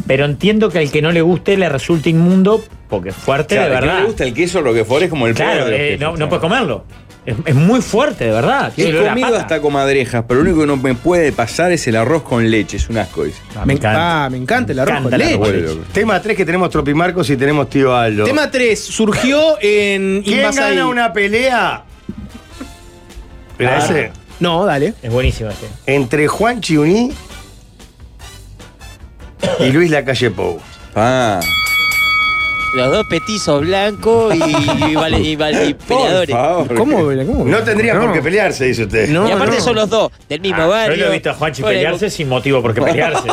pero entiendo que al que no le guste le resulta inmundo porque es fuerte
claro,
de
el que no
verdad.
le gusta el queso Roquefort es como el
Claro,
peor de los
eh,
quesos,
no, no
claro.
puedes comerlo. Es, es muy fuerte, de verdad. Tiene
He
olor a
comido
pata.
hasta comadrejas, pero lo único que no me puede pasar es el arroz con leche, es un asco. dice.
Ah,
me
me
encanta.
encanta.
me encanta el
Me
arroz
encanta
con
el
leche.
arroz con
Vuelve
leche.
loco.
Tema 3 que tenemos Tropimarcos y tenemos Tío Aldo.
Tema 3. Surgió en
¿Quién
Invasaí.
gana una pelea? Mira,
Ah.
ese.
No, dale.
Es buenísimo este.
Entre Juan Chiuní y Luis Lacalle Pou.
Pa,
Los dos petizos blancos y, y, vale- y vale- y
por
peleadores.
favor.
¿Cómo? ¿Cómo?
No tendrían por qué pelearse, dice usted.
No,
y aparte
no.
son los dos del mismo
Ah,
barrio.
yo lo he visto a Juanchi
Bueno,
pelearse sin motivo por qué pelearse.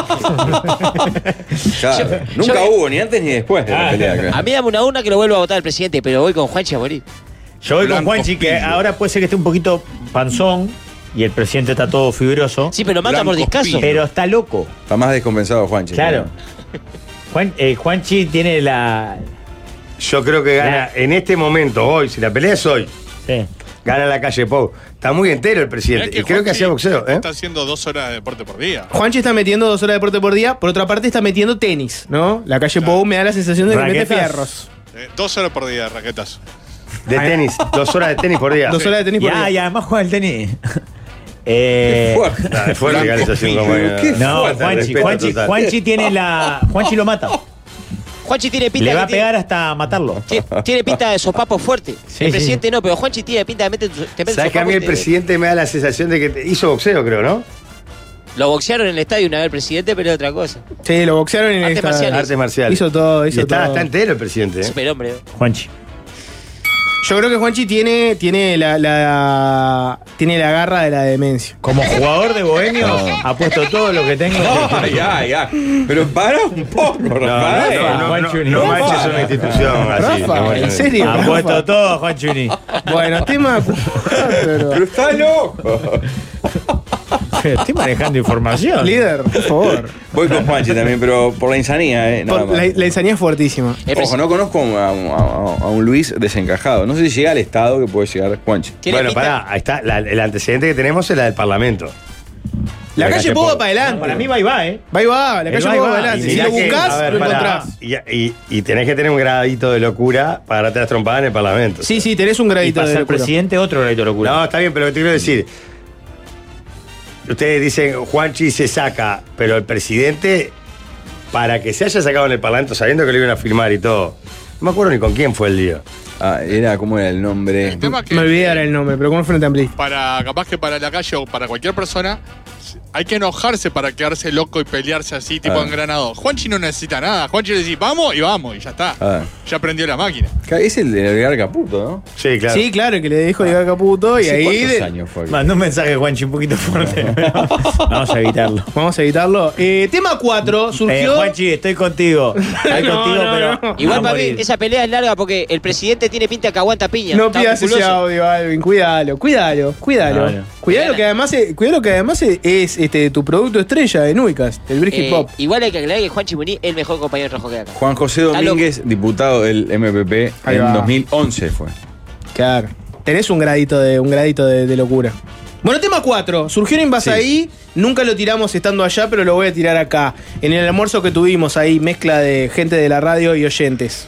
Claro,
Yo-
Nunca
yo-
hubo, ni antes ni después de la
Ah.
pelea. claro.
A mí dame una urna que lo vuelva a votar el presidente, pero voy con Juanchi a morir.
Yo voy con
Blanco
Juanchi, que
pillo.
ahora puede ser que esté un poquito panzón y el presidente está todo fibroso.
Sí, pero mata por
Blancos
discazo.
Pero está loco.
Está más descompensado, Juanchi.
Claro. Juan- eh, Juanchi tiene la.
Yo creo que gana en este momento, hoy, si la pelea es hoy,
sí.
gana la calle Pou. Está muy entero el presidente.
Mirá
y creo que
Juanchi
hacía boxeo, ¿eh?
Está haciendo dos horas de deporte por día.
Juanchi está metiendo dos horas de deporte por día, por otra parte está metiendo tenis, ¿no? La calle Pou me da la sensación de que mete
Raquetas.
fierros.
Eh, dos horas por día de raquetas.
De tenis, dos horas de tenis por día.
Dos horas de tenis
Y,
por
ah,
día.
y además juega el tenis. Eh,
Ah, fue una organización como-
¿Qué
no,
Falta de
Juanchi,
respeto
Juanchi,
total.
Juanchi tiene la. Juanchi lo mata.
Juanchi tiene pinta
Le
que
va a
tiene-
pegar hasta matarlo.
Tiene pinta de sopapo fuerte.
Sí, sí.
el presidente no, pero Juanchi tiene pinta de meter, te mete
¿Sabes que a
sopapo
mí
y
el
te-
presidente me da la sensación de que te- hizo boxeo, creo, ¿no?
Lo boxearon en el estadio una vez el presidente, pero es otra cosa.
Sí, lo boxearon en
Artes
esta-
marciales.
Artes marciales.
Hizo todo, hizo
Y está,
todo.
está entero el presidente. ¿eh?
Superhombre. ¿no?
Juanchi.
Yo creo que Juanchi tiene, tiene, la, la- tiene la garra de la demencia.
Como jugador de Bohemio, apuesto todo lo que tengo.
Ay, ay, ay. Pero para un poco, Rafael.
no, no,
Juancho,
No manches una institución así.
Rafa,
no manches
¿en
una-
serio?
Apuesto todo, Juan Chuni.
Bueno, tema
Pero
cuatro.
está loco.
Estoy manejando información.
Líder, por favor.
Voy con Juanchi también, pero por la insanía, ¿eh? Nada
Por- la,
más.
la insanía es fuertísima.
El presi-
Ojo, no conozco a, un- a- a- a un Luis desencajado. No sé si llega al estado que puede llegar Juanchi.
Tiene
Bueno,
pinta-
pará, ahí está. la- el antecedente que tenemos es la del Parlamento.
La,
La
calle,
calle
Pogo
Pogo.
para adelante.
Para mí va y va, ¿eh?
Va y va, la
El
calle
va y
Pogo para
va, y
adelante. Si
mirá
lo
que-
buscas,
a ver,
lo
pará.
encontrás.
Y, y- y tenés que tener un gradito de locura para darte las trompadas en el Parlamento.
Sí, sí, tenés un
Y
gradito
pasa
de
el
locura.
presidente otro rey de locura.
No, está bien, pero lo que te quiero decir. Ustedes dicen, Juanchi se saca, pero el presidente, para que se haya sacado en el Parlamento sabiendo que lo iban a firmar y todo, no me acuerdo ni con quién fue el día.
Ah, era como era el nombre.
El tema que
Me olvidé ahora el nombre, pero como frente amplio.
para, capaz que para la calle o para cualquier persona, hay que enojarse para quedarse loco y pelearse así, tipo
Ah.
engranado. Juanchi no necesita nada. Juanchi le decís, vamos y vamos, y ya está.
Ah.
Ya prendió la máquina.
Es el de Edgar Caputo, ¿no?
Sí, claro.
Sí, claro, que le dijo llegar Caputo y
¿Hace
ahí.
¿Cuántos
de-
años fue?
Mandó un mensaje, Juanchi, un poquito fuerte. Vamos a evitarlo.
Vamos a evitarlo. Eh, tema 4
Eh,
surgió.
Juanchi, estoy contigo. Estoy
No,
contigo,
no,
pero.
no.
Igual
a
para mí
morir.
esa pelea es larga porque el presidente tiene pinta que aguanta piña.
no
Está
pidas ese
musculoso.
audio, Alvin. Cuídalo, cuídalo, cuídalo.
No, no.
Cuídalo que además, es- cuídalo que además es, es, este, tu producto estrella de Nuicast, el Brisky
Eh,
Pop.
Igual hay que aclarar que Juan Chimuní es el mejor compañero de rojo que hay acá.
Juan José
Está loco.
Domínguez, diputado del MPP
Ahí
en
va.
2011 fue.
Claro. Tenés un gradito de, un gradito de, de locura. Bueno, tema 4. Surgió en Invasaí. Nunca lo tiramos estando allá, pero lo voy a tirar acá. En el almuerzo que tuvimos ahí, mezcla de gente de la radio y oyentes.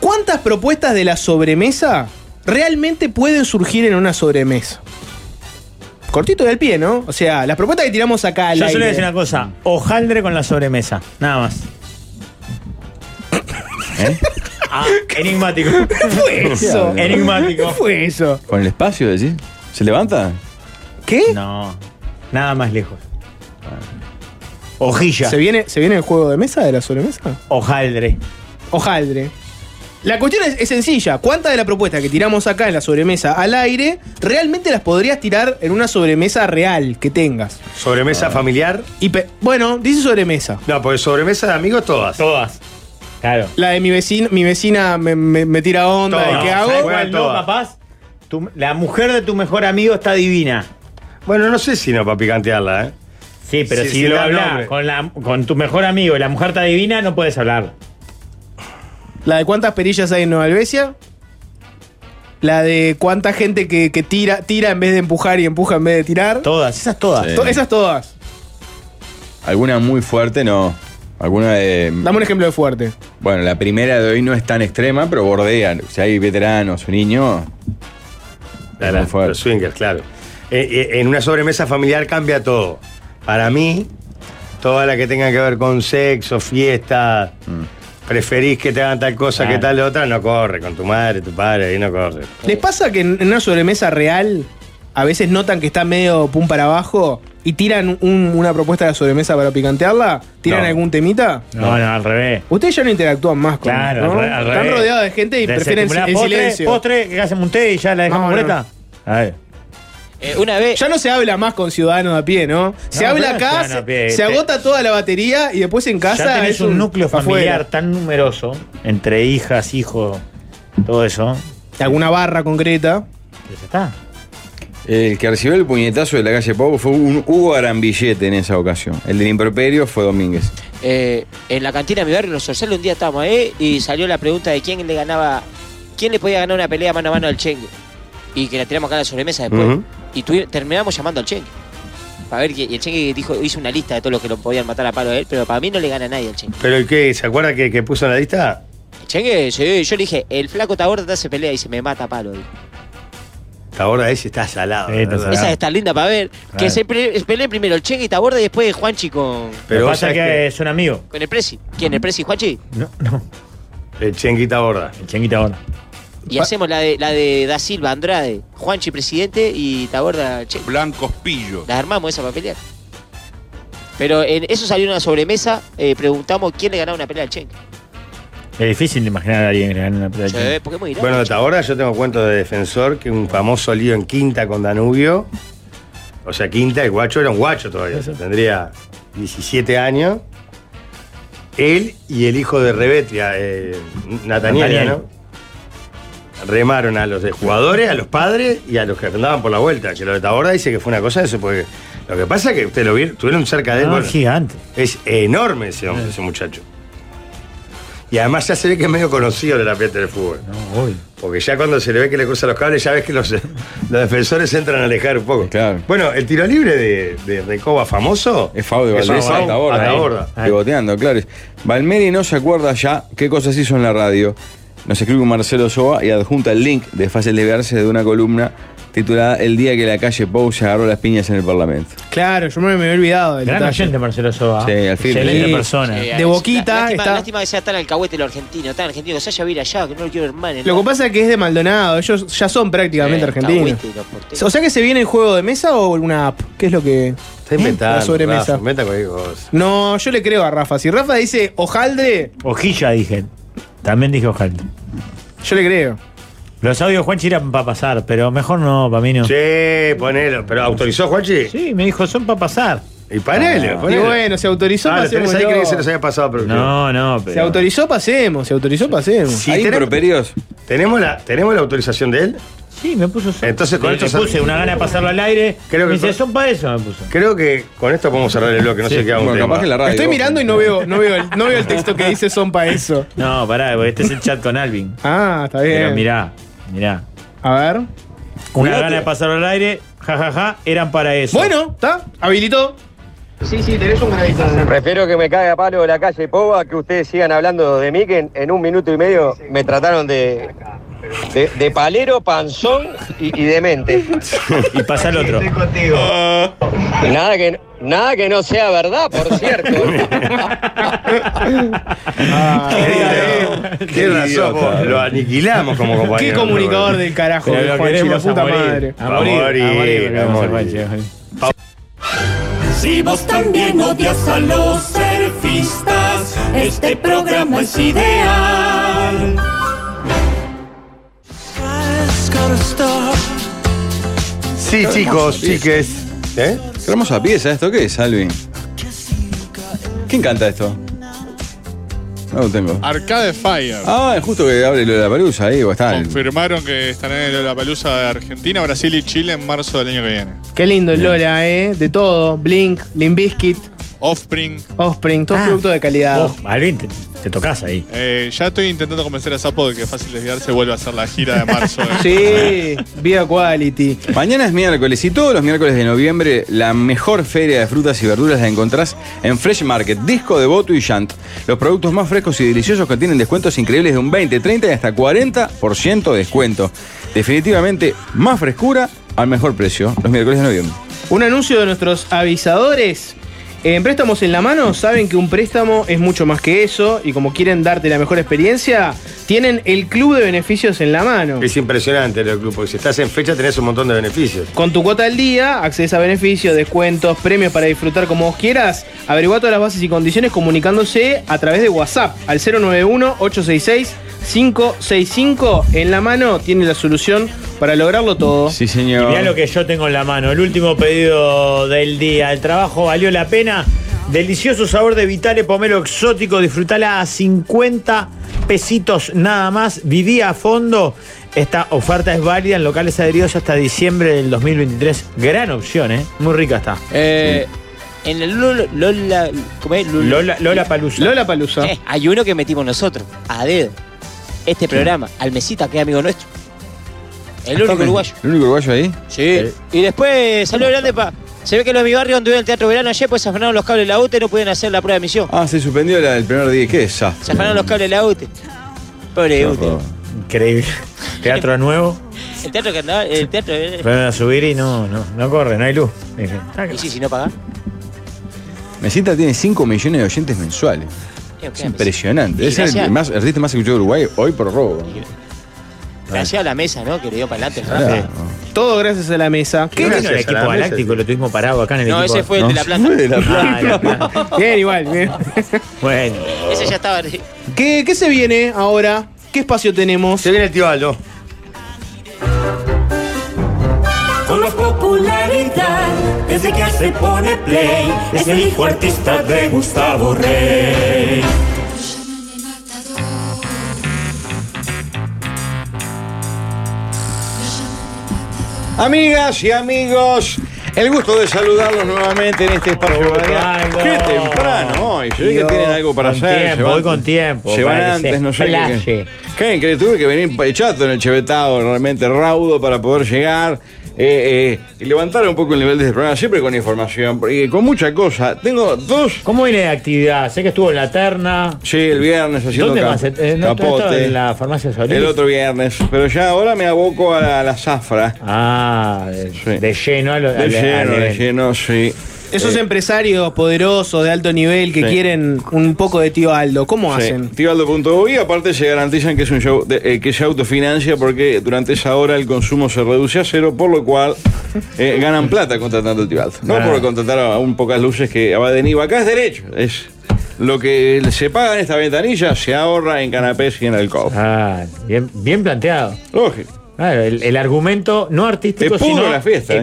¿Cuántas propuestas de la sobremesa realmente pueden surgir en una sobremesa? Cortito del pie, ¿no? O sea, las propuestas que tiramos acá al
Yo solo voy a
aire.
decir una cosa: hojaldre con la sobremesa. Nada más. Ah, enigmático.
¿Qué fue eso?
Enigmático.
¿Qué fue eso?
¿Con el espacio decís? ¿Se levanta?
¿Qué?
No, nada más lejos. Hojilla,
¿Se, viene, ¿Se viene el juego de mesa de la sobremesa?
hojaldre.
hojaldre. La cuestión es, es sencilla. ¿Cuántas de las propuestas que tiramos acá en la sobremesa al aire realmente las podrías tirar en una sobremesa real que tengas? Ah.
Sobremesa familiar.
Y pe- bueno, dice sobremesa.
No, porque sobremesa de amigos todas.
Todas. Claro.
La de mi vecino, mi vecina me, me- me tira onda
Todo,
de qué
no,
hago.
¿Sabes
Juega
cuál no,
todas.
capaz? Tu- la mujer de tu mejor amigo está divina.
Bueno, no sé si no para picantearla, ¿eh?
Sí, pero
Sí,
si
sí,
lo
da
hablas
nombre.
con, la- con tu mejor amigo y la mujer está divina, no puedes hablar.
La de cuántas perillas hay en Nueva Albesia. La de cuánta gente que, que tira, tira en vez de empujar y empuja en vez de tirar.
Todas, esas todas.
Sí.
To- Esas todas.
Alguna muy fuerte, no. Alguna de.
Dame un ejemplo de fuerte.
Bueno, la primera de hoy no es tan extrema, pero bordea. Si hay veteranos, un niño.
La- la-
Muy fuerte.
los swingers, claro. Eh, eh, en una sobremesa familiar cambia todo. Para mí, toda la que tenga que ver con sexo, fiesta, preferís que te hagan tal cosa
Claro.
que tal otra, no corre. Con tu madre, tu padre, ahí no corre.
¿Les pasa que en en una sobremesa real a veces notan que está medio pum para abajo y tiran un- una propuesta de la sobremesa para picantearla? ¿Tiran
No.
algún temita?
No, no, al revés.
Ustedes ya no interactúán más con
Claro,
¿no?
al re- al
Están
revés.
rodeados de gente y prefieren
Desestimulá,
en
postre,
silencio.
Postre, que hacemos un té y ya la dejamos
No, no.
completa. A ver.
Eh, una vez.
Ya no se habla más con ciudadanos a pie, ¿no? Se
No,
habla
no es
acá,
ciudadano a
se,
pie,
se
te-
agota toda la batería y después en casa.
ya tenés
es
un, núcleo
afuera.
familiar tan numeroso, entre hijas, hijos, todo eso,
Alguna barra concreta.
que ya está.
El que recibió el puñetazo de la calle Pau fue un Hugo Arambillete en esa ocasión. El del improperio fue Domínguez.
Eh, en la cantina de mi barrio, en los sociales, un día estábamos ahí y salió la pregunta de quién le ganaba, quién le podía ganar una pelea mano a mano al Chengue. Y que la tiramos acá a la sobremesa después.
Ujú.
Y tuvi- terminamos llamando al Chengue. Para ver que, y el Chengue dijo, hizo una lista de todos los que lo podían matar a palo a él, pero para mí no le gana a nadie al Chengue.
¿Pero ¿y qué? ¿Se acuerda que, que puso en la lista?
El Chengue, sí, yo le dije, el flaco te aborda, te hace pelea y se me mata a palo. dijo.
Está gorda esa y está salada.
Esa está linda para ver. Que
Claro.
se pre- peleen primero el Che y Taborda y después Juanchi con,
Pero
Pero pasa
vos sabés
que,
que-
es un amigo.
con el Presi. ¿Quién? ¿El Presi y Juanchi?
El chenguita gorda.
El chenguita gorda.
Y hacemos la de, la de Da Silva, Andrade, Juanchi presidente y Taborda Che.
Blancos pillos.
Las armamos esa para pelear. Pero en eso salió una sobremesa. eh, preguntamos quién le ganaba una pelea al Che.
Es difícil de imaginar a alguien que le gane una pelea al
Eh,
Chengue.
¿Por qué muy
Bueno, hasta ahora yo tengo cuentos de defensor que un famoso lío en Quinta con Danubio. O sea, Quinta, el guacho era un guacho todavía. o sea, tendría 17 años. Él y el hijo de Rebetria, eh, Nataniel,
Nataniel.
¿no? Remaron a los de jugadores, a los padres y a los que andaban por la vuelta. Que lo de Taborda dice que fue una cosa de eso, porque lo que pasa es que ustedes lo vieron, estuvieron cerca de él.
No,
bueno,
es Ah, gigante.
es enorme ese hombre, ese muchacho. Y además ya se ve que es medio conocido de la fiesta del fútbol.
No, obvio.
Porque ya cuando se le ve que le cruza los cables, ya ves que los, los defensores entran a alejar un poco. Bueno, el tiro libre de, de Recoba famoso.
Es Fau de
Es
Valdés, ¿eh?
Fau,
Ataborda.
Ataborda.
Ahí, Pivoteando, claro. Valmeri no se acuerda ya qué cosas hizo en la radio. Nos escribe un Marcelo Soa y adjunta el link de Fácil de Verse de una columna titulada El día que la calle Pou se agarró las piñas en el Parlamento.
Claro, yo me, me había olvidado del
Gran
detalle.
oyente Marcelo Soba.
Sí, al fin.
Excelente
Sí.
persona.
Sí,
De Boquita
lá- lástima,
está-
lástima que sea tan alcahuete el argentino, tan argentino. Que se haya ir allá, que no lo quiero ver mal. ¿no?
Lo que pasa es que es de Maldonado, ellos ya son prácticamente
Eh,
argentinos.
alcahuete, los porteños.
O sea que se viene el juego de mesa o una app, ¿qué es lo que...?
Está inventando.
La sobremesa.
Rafa, inventa cualquier cosa.
No, yo le creo a Rafa. Si Rafa dice hojaldre,
Hojilla dije. También dije Ojalta.
yo le creo.
Los audios Juanchi eran para pasar, pero mejor no, para mí no.
Che, ponelo. Pero autorizó Juanchi.
Sí, me dijo, son para pasar.
Y ponelo,
Ah, Y
ponelo.
bueno, se autorizó,
Ah, lo tenés
pasemos.
ahí, creí que se nos había pasado, pero.
No, no, pero.
Se autorizó, pasemos. Se autorizó, pasemos.
Sí,
¿Hay
tenemos-
improperios?
¿Tenemos la, ¿Tenemos la autorización de él?
Sí, me puso son.
Entonces, con
Le-
esto
le
sal-
puse una gana de pasarlo al aire.
Creo
me
que
dice,
con-
son para eso, me puso.
Creo que con esto podemos cerrar el bloque, no
Sí.
sé qué hago.
Bueno, capaz que la radio.
Estoy mirando y no veo, no veo, el, no veo el texto que dice son para eso.
No, pará, porque este es el chat con Alvin.
Ah, está
Pero
bien.
mirá, mirá.
A ver.
Una gana de pasarlo al aire, jajaja, ja, ja, eran para eso.
Bueno, ¿está? Habilitó.
Prefiero que me caiga palo de la calle Poba que ustedes sigan hablando de mí, que en, en un minuto y medio me trataron de, de, de palero, panzón y, y demente.
Y pasa el otro.
Y Nada que, nada que no sea verdad, por cierto.
Qué, razón, vos, lo aniquilamos como compañero.
Qué comunicador del carajo,
Pero lo
Juanchi,
queremos
la puta
a morir.
madre.
A morir, a morir,
a
a
morir.
morir. a morir.
Si vos también odias a los surfistas, este programa es ideal.
Sí, chicos, chiques. ¿Eh?
Qué hermosa pieza, ¿esto qué es, Alvin? ¿Quién canta esto? No lo tengo.
Arcade Fire.
Ah, es justo que abre lo de la palusa ahí, o está. el-
Confirmaron que estarán en la palusa de Argentina, Brasil y Chile en marzo del año que viene.
Qué lindo el Lola, ¿eh? De todo. Blink, Limbiskit,
Offspring.
Offspring,
Ah.
todos productos de calidad.
Oh.
Vos, Alvin, te, te tocas ahí.
Eh, ya estoy intentando convencer a Sapo de que Fácil Desviarse vuelve a hacer la gira de marzo. eh.
Sí, vida quality.
Mañana es miércoles y todos los miércoles de noviembre la mejor feria de frutas y verduras la encontrás en Fresh Market, Disco de Voto y Shant. Los productos más frescos y deliciosos que tienen descuentos increíbles de un 20, 30 y hasta 40% de descuento. Definitivamente más frescura al mejor precio los miércoles de noviembre.
Un anuncio de nuestros avisadores. En préstamos en la mano saben que un préstamo es mucho más que eso y como quieren darte la mejor experiencia, tienen el club de beneficios en la mano.
Es impresionante el club, porque si estás en fecha tenés un montón de beneficios.
Con tu cuota al día, accedes a beneficios, descuentos, premios para disfrutar como vos quieras. Averigua todas las bases y condiciones comunicándose a través de WhatsApp al 091-866-565. En la mano tiene la solución para lograrlo todo.
Sí,
Y
señor.
mirá lo que yo tengo en la mano. El último pedido del día. El trabajo valió la pena. Delicioso sabor de Vitale Pomelo Exótico. Disfrutala a 50 pesitos nada más. Viví a fondo. Esta oferta es válida en locales adheridos hasta diciembre del 2023. Gran opción, ¿eh? Muy rica está.
Eh, en el Lola. Lola ¿Cómo es? Lul-
Lola, Lola Palusa.
Lola Palusa.
Eh, hay uno que metimos nosotros, a dedo. Este programa, al mesita, que es amigo nuestro. El único uruguayo.
¿El único uruguayo ahí?
Sí. Y después, saludo grande pa. Se ve que los de mi barrio anduvieron al Teatro Verano ayer, pues se afanaron los cables de la UTE y no pudieron hacer la prueba de emisión.
Ah, se suspendió la del primer día. ¿Qué es
Se afanaron los cables de la UTE. Pobre UTE.
Increíble. Teatro nuevo.
El teatro que andaba, el teatro. eh.
Fueron a subir y no, no, no corre, no hay luz. Dije,
Y sí, si no pagan.
Mesita tiene 5 millones de oyentes mensuales. Es impresionante.
Y
Es el,
gracias-
más, el artista más escuchado de Uruguay hoy por robo.
Gracias a la mesa, ¿no? Que le dio para adelante. el Rafa.
Todo gracias a la mesa.
¿Qué
vino el equipo galáctico? Lo tuvimos parado acá en el
No,
equipo.
ese fue el de La Plata. Fue de La Plata.
Ah, La Plata.
Bien, igual, bien.
Bueno.
Ese ya estaba.
¿Qué, qué se viene ahora? ¿Qué espacio tenemos? Se
viene el tío Aldo.
Con más popularidad, desde que se pone play, es el hijo artista de Gustavo Rey.
Amigas y amigos, el gusto de saludarlos nuevamente en este espacio radial.
Aldo.
Qué temprano hoy. Se ve que
Dios,
tienen algo para
con
hacer.
tiempo,
se van-
hoy con tiempo,
Se van
para que
antes,
se
no sé
explaye.
qué. ¿Qué? Que tuve que venir pa- chato en el chevetado, realmente raudo para poder llegar. eh, eh, y levantar un poco el nivel de este programa, siempre con información, porque con mucha cosa. Tengo dos.
¿Cómo viene de actividad? Sé que estuvo en la terna.
Sí, el viernes haciendo
¿Dónde
cap-
más? Eh, no, todo esto
capote.
en la farmacia Solís.
El otro viernes. Pero ya ahora me aboco a la, a la zafra.
Ah, de, de lleno a lo-
De
al- al
lleno, de
evento.
lleno, sí.
Esos
Eh,
empresarios poderosos de alto nivel que
Sí.
quieren un poco de tío Aldo, ¿cómo
Sí,
hacen?
Tibaldo.uy, aparte se garantizan que es un show de- eh, que se autofinancia porque durante esa hora el consumo se reduce a cero, por lo cual eh, ganan plata contratando a Tibaldo. No
Ah.
por contratar a un pocas luces que va de IVA. Acá es derecho. Es lo que se paga en esta ventanilla se ahorra en canapés y en alcohol.
Ah, bien, bien planteado.
Lógico.
Claro, el, el argumento no
Te
artístico,
pudro
sino
la fiesta. ¿eh?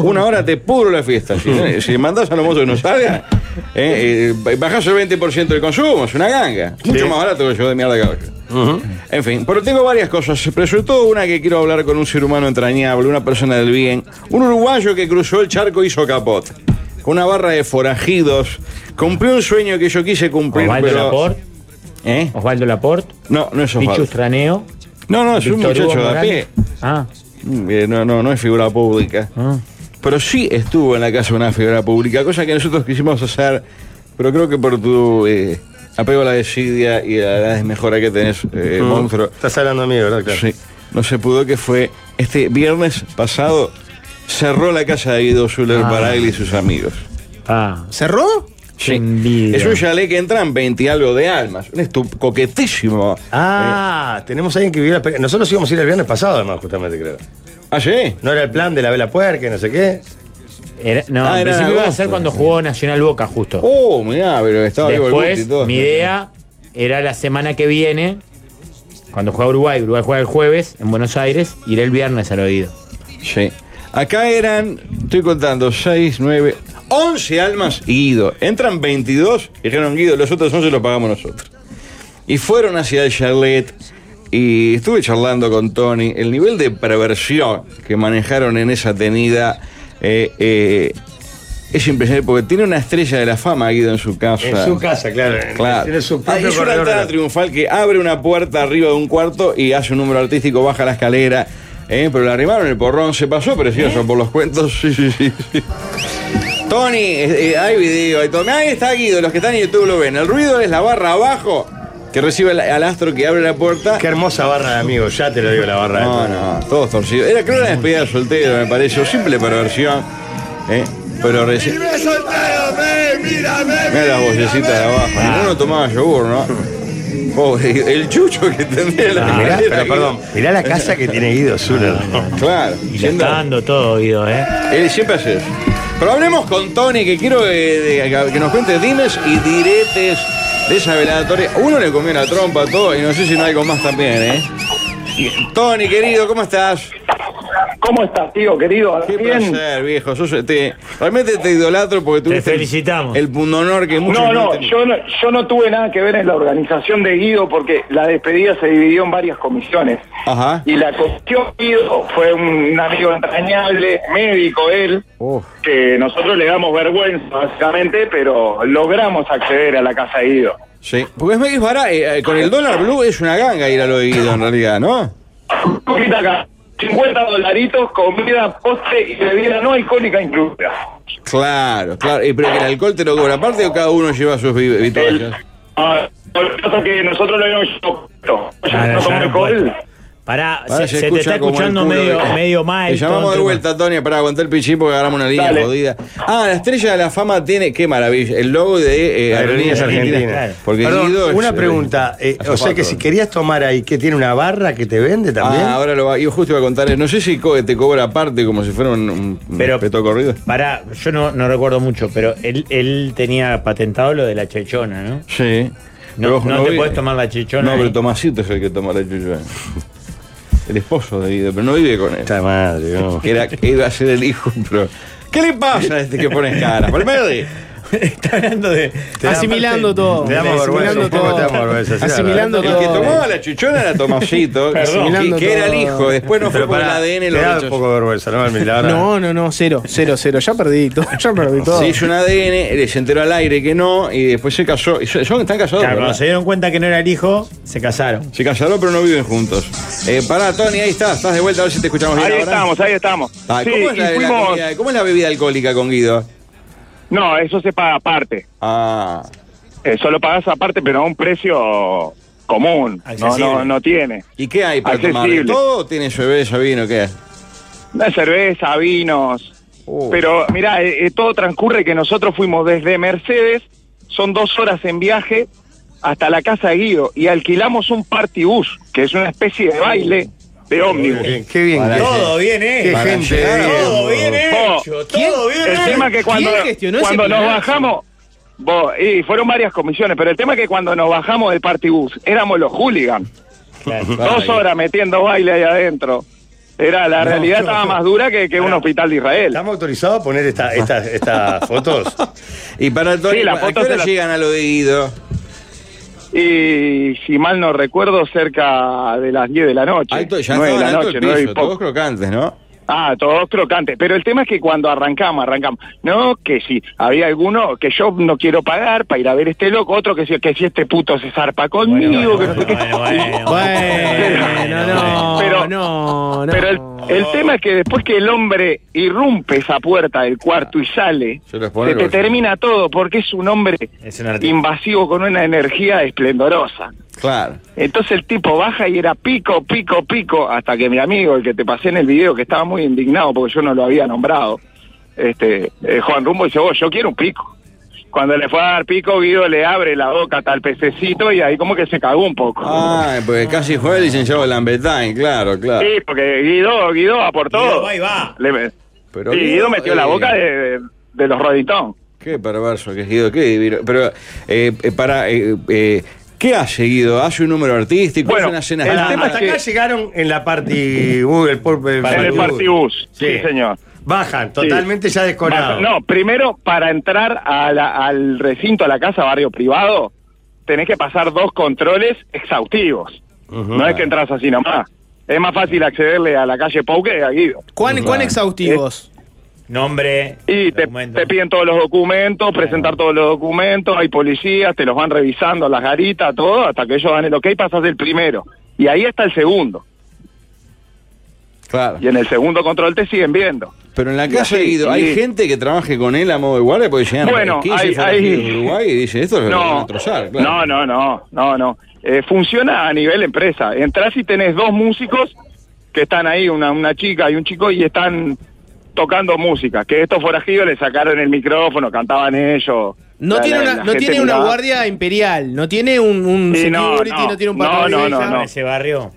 Una hora te pudro la fiesta. Si, si mandás a los mozos que no salga, eh, eh, bajás el 20% del consumo, es una ganga. Mucho más barato que el show de mierda de caballo. En fin, pero tengo varias cosas, pero sobre todo una que quiero hablar con un ser humano entrañable, una persona del bien, un uruguayo que cruzó el charco y hizo capote. Con una barra de forajidos, cumplió un sueño que yo quise cumplir.
Osvaldo
pero-
Laporte.
¿Eh?
Osvaldo Laporte.
No, no es Osvaldo.
Pichu Straneo.
No, no, es un
Víctor Hugo
muchacho de a
Morales. Ah.
pie. Mm, eh, No, no, no es figura pública. Pero sí estuvo en la casa de una figura pública, cosa que nosotros quisimos hacer, pero creo que por tu eh, apego a la desidia y a la desmejora que tenés, eh,
Mm.
monstruo.
Estás hablando a mí, ¿verdad? Claro.
Sí, no se pudo que fue este viernes pasado. Cerró la casa de Guido Zuller
Ah.
para él y sus amigos.
Ah.
¿Cerró?
Sí. Es un chalet que entran 20 y algo de almas. Un estu- coquetísimo.
Ah, tenemos alguien que vivió la experiencia. Nosotros íbamos a ir el viernes pasado, además, justamente, creo.
¿Ah, sí?
No era el plan de la vela puerca, no sé qué.
no, en
Ah, era
principio iba a
agosto.
ser cuando jugó Nacional Boca, justo.
Oh, mirá, pero estaba vivo el Guti y
Después,
todo.
mi idea era la semana que viene, cuando juega Uruguay, Uruguay juega el jueves en Buenos Aires, iré el viernes al oído.
Sí. Acá eran, estoy contando, 6, 9, 11 almas y Guido. Entran 22 y dijeron, Guido, los otros 11 los pagamos nosotros. Y fueron hacia el Charlotte y estuve charlando con Tony. El nivel de perversión que manejaron en esa tenida eh, eh, es impresionante porque tiene una estrella de la fama Guido en su casa.
En su casa, claro.
Claro.
Tiene su
Ah,
propio
es una
corredor de
entrada
la-
triunfal que abre una puerta arriba de un cuarto y hace un número artístico, baja la escalera. ¿eh? Pero la arrimaron el porrón, se pasó
¿Eh?
precioso por los cuentos. Sí, sí, sí. sí. Tony, eh, eh, hay video, hay todo. Mirá, Ahí está Guido, los que están en YouTube lo ven. El ruido es la barra abajo que recibe al, al astro que abre la puerta.
Qué hermosa barra de amigos, ya te lo digo la barra.
No, no, todos torcidos. Era creo una despedida de soltero, me parece, o simple perversión. ¿eh? Pero recién. Mira las vocecitas de abajo.
Ah.
Ninguno tomaba yogur, ¿no? Pobre, el chucho que tendría la
Ah, mirá,
escalera,
pero
Guido.
perdón, mirá la casa que tiene Guido Zuller.
Claro.
Y le está dando todo, Guido, ¿eh?
Él siempre hace eso. Pero hablemos con Tony, que quiero eh, de- que nos cuente dimes y diretes de esa velatoria. Uno le comió una trompa a todo y no sé si no hay algo más también, ¿eh? Tony, querido, ¿cómo estás?
¿Cómo estás, tío, querido?
Qué
Bien.
placer, viejo. Sos- eh, te- realmente te idolatro porque tú felicitamos. el pundonor que muchos
No, no,
tienen.
yo no, yo no tuve nada que ver en la organización de Guido porque la despedida se dividió en varias comisiones.
Ajá.
Y la comisión Guido fue un amigo entrañable, médico él, que nosotros le damos vergüenza básicamente, pero logramos acceder a la casa de Guido.
Sí, porque es, es barato. eh, eh, con el dólar blue es una ganga ir a lo de Guido en realidad, ¿no?
Comida acá, 50 dolaritos, comida, postre y bebida no alcohólica incluida.
Claro, claro. Eh, pero que el alcohol te lo cobra aparte o cada uno lleva sus vi- vituallas.
Ah, lo que pasa es que nosotros lo habíamos hecho.
Claro,
no
ya
tomamos
no
alcohol.
Pará,
Ahora
se, se te está
como el
escuchando
culo
medio,
de-
medio mal.
Te llamamos
todo
de
el
vuelta, Tony, para aguantar el pichín porque agarramos una línea
Dale.
jodida. Ah, la estrella de la fama tiene, qué maravilla, el logo de eh, Aerolíneas Argentinas. Porque
Perdón,
Guido es,
una
eh,
pregunta. eh, o sea que
azafato.
si querías tomar ahí, que tiene una barra que te vende también.
Ah, ahora lo va. Yo justo iba a contar, eh, no sé si co- te cobra aparte como si fuera un, un un
Pero-
respeto corrido.
Pará, yo no, no recuerdo mucho, pero él, él tenía patentado lo de la chechona, ¿no?
Sí.
No,
Pero ojo,
no te
vi-
podés tomar la chichona.
No, pero
ahí.
Tomasito es el que toma la chichona. El esposo de Guido, pero no vive con él. Está
madre,
no. Que, era, que iba a ser el hijo, pero. ¿Qué le pasa a este que pone cara? Palmeri.
Está hablando de.
Asimilando todo.
Te damos vergüenza,
Asimilando
un poco te damos vergüenza, sí,
todo.
la verdad.
Asimilando
El que
todo.
tomaba la chichona era Tomasito, que-
Asimilando
que era el
todo.
hijo. Después no fue por el ADN lo
te da
rechazó.
un poco de vergüenza, ¿no, Almir? La
Ah.
verdad.
No, no, no, cero, cero, cero. Ya perdí todo, ya perdí todo.
Se hizo un ADN, él eh, se enteró al aire que no, y después se casó. Y son- son- están casados.
Claro,
¿verdad?
cuando se dieron cuenta que no era el hijo, se casaron.
Se casaron, pero no viven juntos. Eh, pará, Tony, ahí estás, estás de vuelta, a ver si te escuchamos bien.
Ahí
ahora.
estamos, ahí estamos.
Ah,
Sí,
¿cómo, es
y
la, la
fuimos-
comida- cómo es la bebida alcohólica con Guido?
No, eso se paga aparte.
Ah.
Eso lo pagas Eh, aparte, pero a un precio común. No,
Accesible.
no, no tiene.
¿Y qué hay para
Accesible.
tomar? ¿Todo tiene cerveza, vino, qué?
Una cerveza, vinos.
Uh.
Pero mira, todo transcurre que nosotros fuimos desde Mercedes, son dos horas en viaje hasta la casa de Guido y alquilamos un party bus, que es una especie de baile de ómnibus.
Qué bien.
Para-
que-
Todo bien
Qué
hecho.
gente.
Para llegar a-
Todo bien
Oh,
todo
El tema que cuando, cuando nos bajamos, vos, y fueron varias comisiones, pero el tema que cuando nos bajamos del party bus, éramos los hooligans. Dos horas metiendo baile ahí adentro. Era, la
No,
realidad
no,
estaba
no.
más dura que, que un hospital de Israel.
¿Estamos autorizados a poner estas estas estas fotos?
Y para el
Sí, las fotos se las-
llegan a lo de Guido?
Y si mal no recuerdo, cerca de las 10 de la noche.
Alto, ya
Nueve de
estaban
la
alto
noche,
el
nueve y
piso,
poco.
todos crocantes, ¿no?
Ah, todos crocantes. Pero el tema es que cuando arrancamos, arrancamos. No, que si había alguno que yo no quiero pagar para ir a ver este loco, otro que si, que si este puto se zarpa conmigo. que no sé qué.
Bueno, no,
Pero-
no, no.
Pero el, el tema es que después que el hombre irrumpe esa puerta del cuarto y sale,
Se
se,
los pone
te
con-
termina todo porque es un hombre invasivo con una energía esplendorosa.
Claro.
Entonces el tipo baja y era pico, pico, pico, hasta que mi amigo, el que te pasé en el video, que estaba muy indignado porque yo no lo había nombrado, este, eh, Juan Rumbo dice, vos, yo quiero un pico. Cuando le fue a dar pico, Guido le abre la boca tal pececito y ahí como que se cagó un poco.
Ah, porque casi juega el licenciado Lambertain, claro, claro.
Sí, porque Guido, Guido aportó.
Guido
va y va.
Le-
Pero
sí,
Guido,
Guido metió
eh,
la boca de, de- de los roditón.
Qué perverso que es Guido, qué divino. Pero, eh, eh, para, eh, eh, ¿qué hace Guido? ¿Hace un número artístico? ¿Hace una cena
el
estándar?
tema hasta acá llegaron en la party bus, el, por- el
En el partibus, sí, señor.
Bajan, totalmente ya descorados.
Baja- No, primero, para entrar a la- al recinto, a la casa, barrio privado, tenés que pasar dos controles exhaustivos. No es que entras así nomás. Es más fácil accederle a la calle Pau que a Guido.
¿Cuán, cuán exhaustivos?
Nombre.
Y te, te piden todos los documentos, presentar
Ah.
todos los documentos, hay policías, te los van revisando, las garitas, todo, hasta que ellos dan el ok, pasas el primero. Y ahí está el segundo.
Claro.
Y en el segundo control te siguen viendo.
Pero en la
Y
calle
así,
Guido, ¿hay
y-
gente que trabaje con él a modo de guardia? Porque llegan
Bueno,
15
hay-
forajidos
hay-
de Uruguay y dicen, esto lo van a
No,
trozar, claro.
no, no, no, no, no. Eh, funciona a nivel empresa. Entrás y tenés dos músicos que están ahí, una, una chica y un chico, y están tocando música. Que estos forajidos le sacaron el micrófono, cantaban ellos.
No
La-
tiene
la-
una,
la
no
gente
tiene una
miraba.
guardia imperial, no tiene un, un
Sí, no,
security, no,
no.
tiene un
No,
patrón.
no, no, no.
Ese barrio.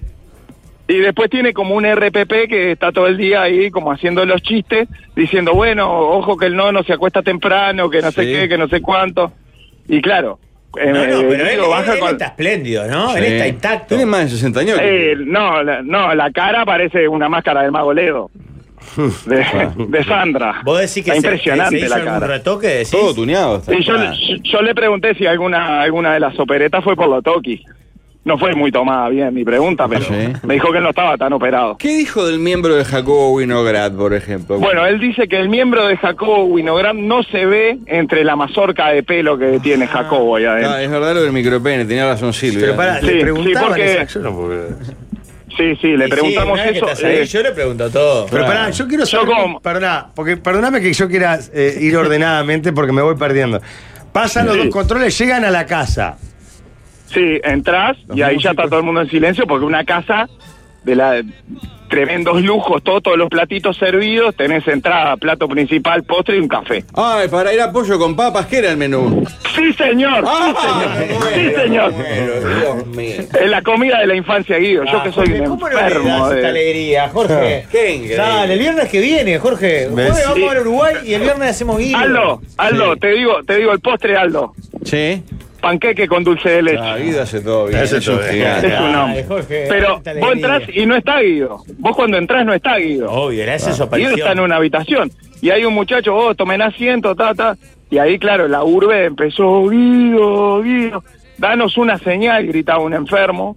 Y después tiene como un RPP que está todo el día ahí como haciendo los chistes, diciendo, bueno, ojo que el nono se acuesta temprano, que no sé
Sí.
qué, que no sé cuánto. Y claro, eh,
No, no,
eh,
pero él,
digo,
él-
baja
él
con-
está espléndido, ¿no?
Sí.
Él este está intacto.
Tiene más de 60 años.
Eh, no, la, no, la cara parece una máscara del mago Ledo, de, de Sandra.
Vos decís que
está
se-
impresionante
se hizo
la
algún
cara.
retoque, decís.
Todo tuneado está.
Y yo,
Claro.
yo le pregunté si alguna alguna de las operetas fue por lo toqui. No fue muy tomada bien mi pregunta, pero me dijo que él no estaba tan operado.
¿Qué dijo del miembro de Jacobo Winograd, por ejemplo?
Bueno, él dice que el miembro de Jacobo Winograd no se ve entre la mazorca de pelo que
Ah.
tiene Jacobo ahí adentro.
Ah, es verdad lo del micropene, tenía razón Silvia.
Pero pará, le Sí, preguntaban sí, porque- esa- yo Sí, sí, le
eh. Y sí,
preguntamos
una vez que
eso.
estás ahí,
eh,
yo le pregunto todo.
Pero pará, yo quiero saber. Perdona, porque perdóname que yo quiera eh, ir ordenadamente porque me voy perdiendo. Pasan los
Sí.
dos controles, llegan a la casa.
Sí, entras y ahí ya está todo el mundo en silencio porque una casa de la tremendos lujos, todo- todos los platitos servidos, tenés entrada, plato principal, postre y un café.
Ay, para ir a pollo con papas, ¿qué era el menú? Ah,
Sí, señor. Ah,
Ah,
sí, señor. Es la comida de la infancia, Guido.
Ah,
Yo que soy un enfermo de...
alegría, Jorge.
Qué increíble.
Dale, el viernes que viene, Jorge.
Me-
Jueves
Sí.
vamos al Uruguay y el viernes hacemos guía.
Aldo, Aldo, te digo, te digo el postre, Aldo.
Sí.
Panqueque con dulce de leche.
La vida hace todo bien.
Hace
es un
todo bien.
gigante.
Es un hombre.
Dale, Jorge,
Pero
cuánta
vos
alegría. Oh,
entras y no está Guido. Vos cuando entras no está Guido.
Obvio, era esa su
Guido
aparición.
está en una habitación. Y hay un muchacho, vos tomen asiento, ta, ta. Y ahí, claro, la urbe empezó, Guido, Guido. Danos una señal, gritaba un enfermo.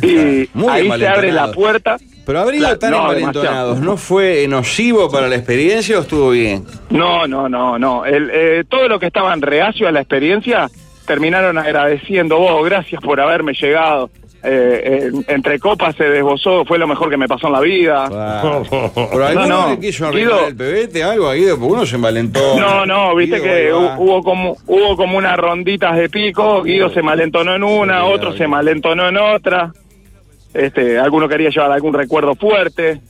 Y
Muy
ahí se
malentonados.
abre la puerta.
Pero habría
Claro,
tan
no,
envalentonados,
demasiado.
¿no fue nocivo para la experiencia o estuvo bien?
No, no, no, no. El, eh, todo lo que estaban reacios a la experiencia terminaron agradeciendo vos, gracias por haberme llegado. Eh, eh, entre copas se desbozó, fue lo mejor que me pasó en la vida.
Ah. ¿Pero alguno
No, no.
le quiso
Guido.
arreglar el pebete, algo a Guido? Porque uno se envalentó.
No, no, viste
Guido, ahí
que
va.
hu- hubo como hubo como unas ronditas de pico, Guido se malentonó en una, otro se malentonó en otra. Este, alguno quería llevar algún recuerdo fuerte.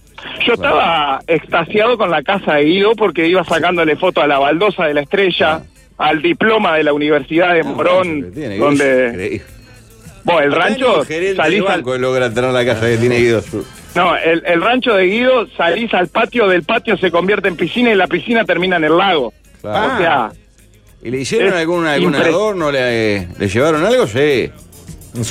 Yo estaba extasiado con la casa de Guido porque iba sacándole foto a la baldosa de la estrella,
Ah.
al diploma de la Universidad de Morón,
tiene, Guido, es
donde
increíble.
bueno, el
Acá
rancho
el gerente del
salís al
banco logra entrar a la casa que tiene Guido.
no, el, el rancho de Guido, salís al patio, del patio se convierte en piscina y la piscina termina en el lago.
Claro. Ah.
O sea,
¿Y le hicieron
Es
algún, algún
impres-
adorno? ¿Le, eh, le llevaron algo? Sí.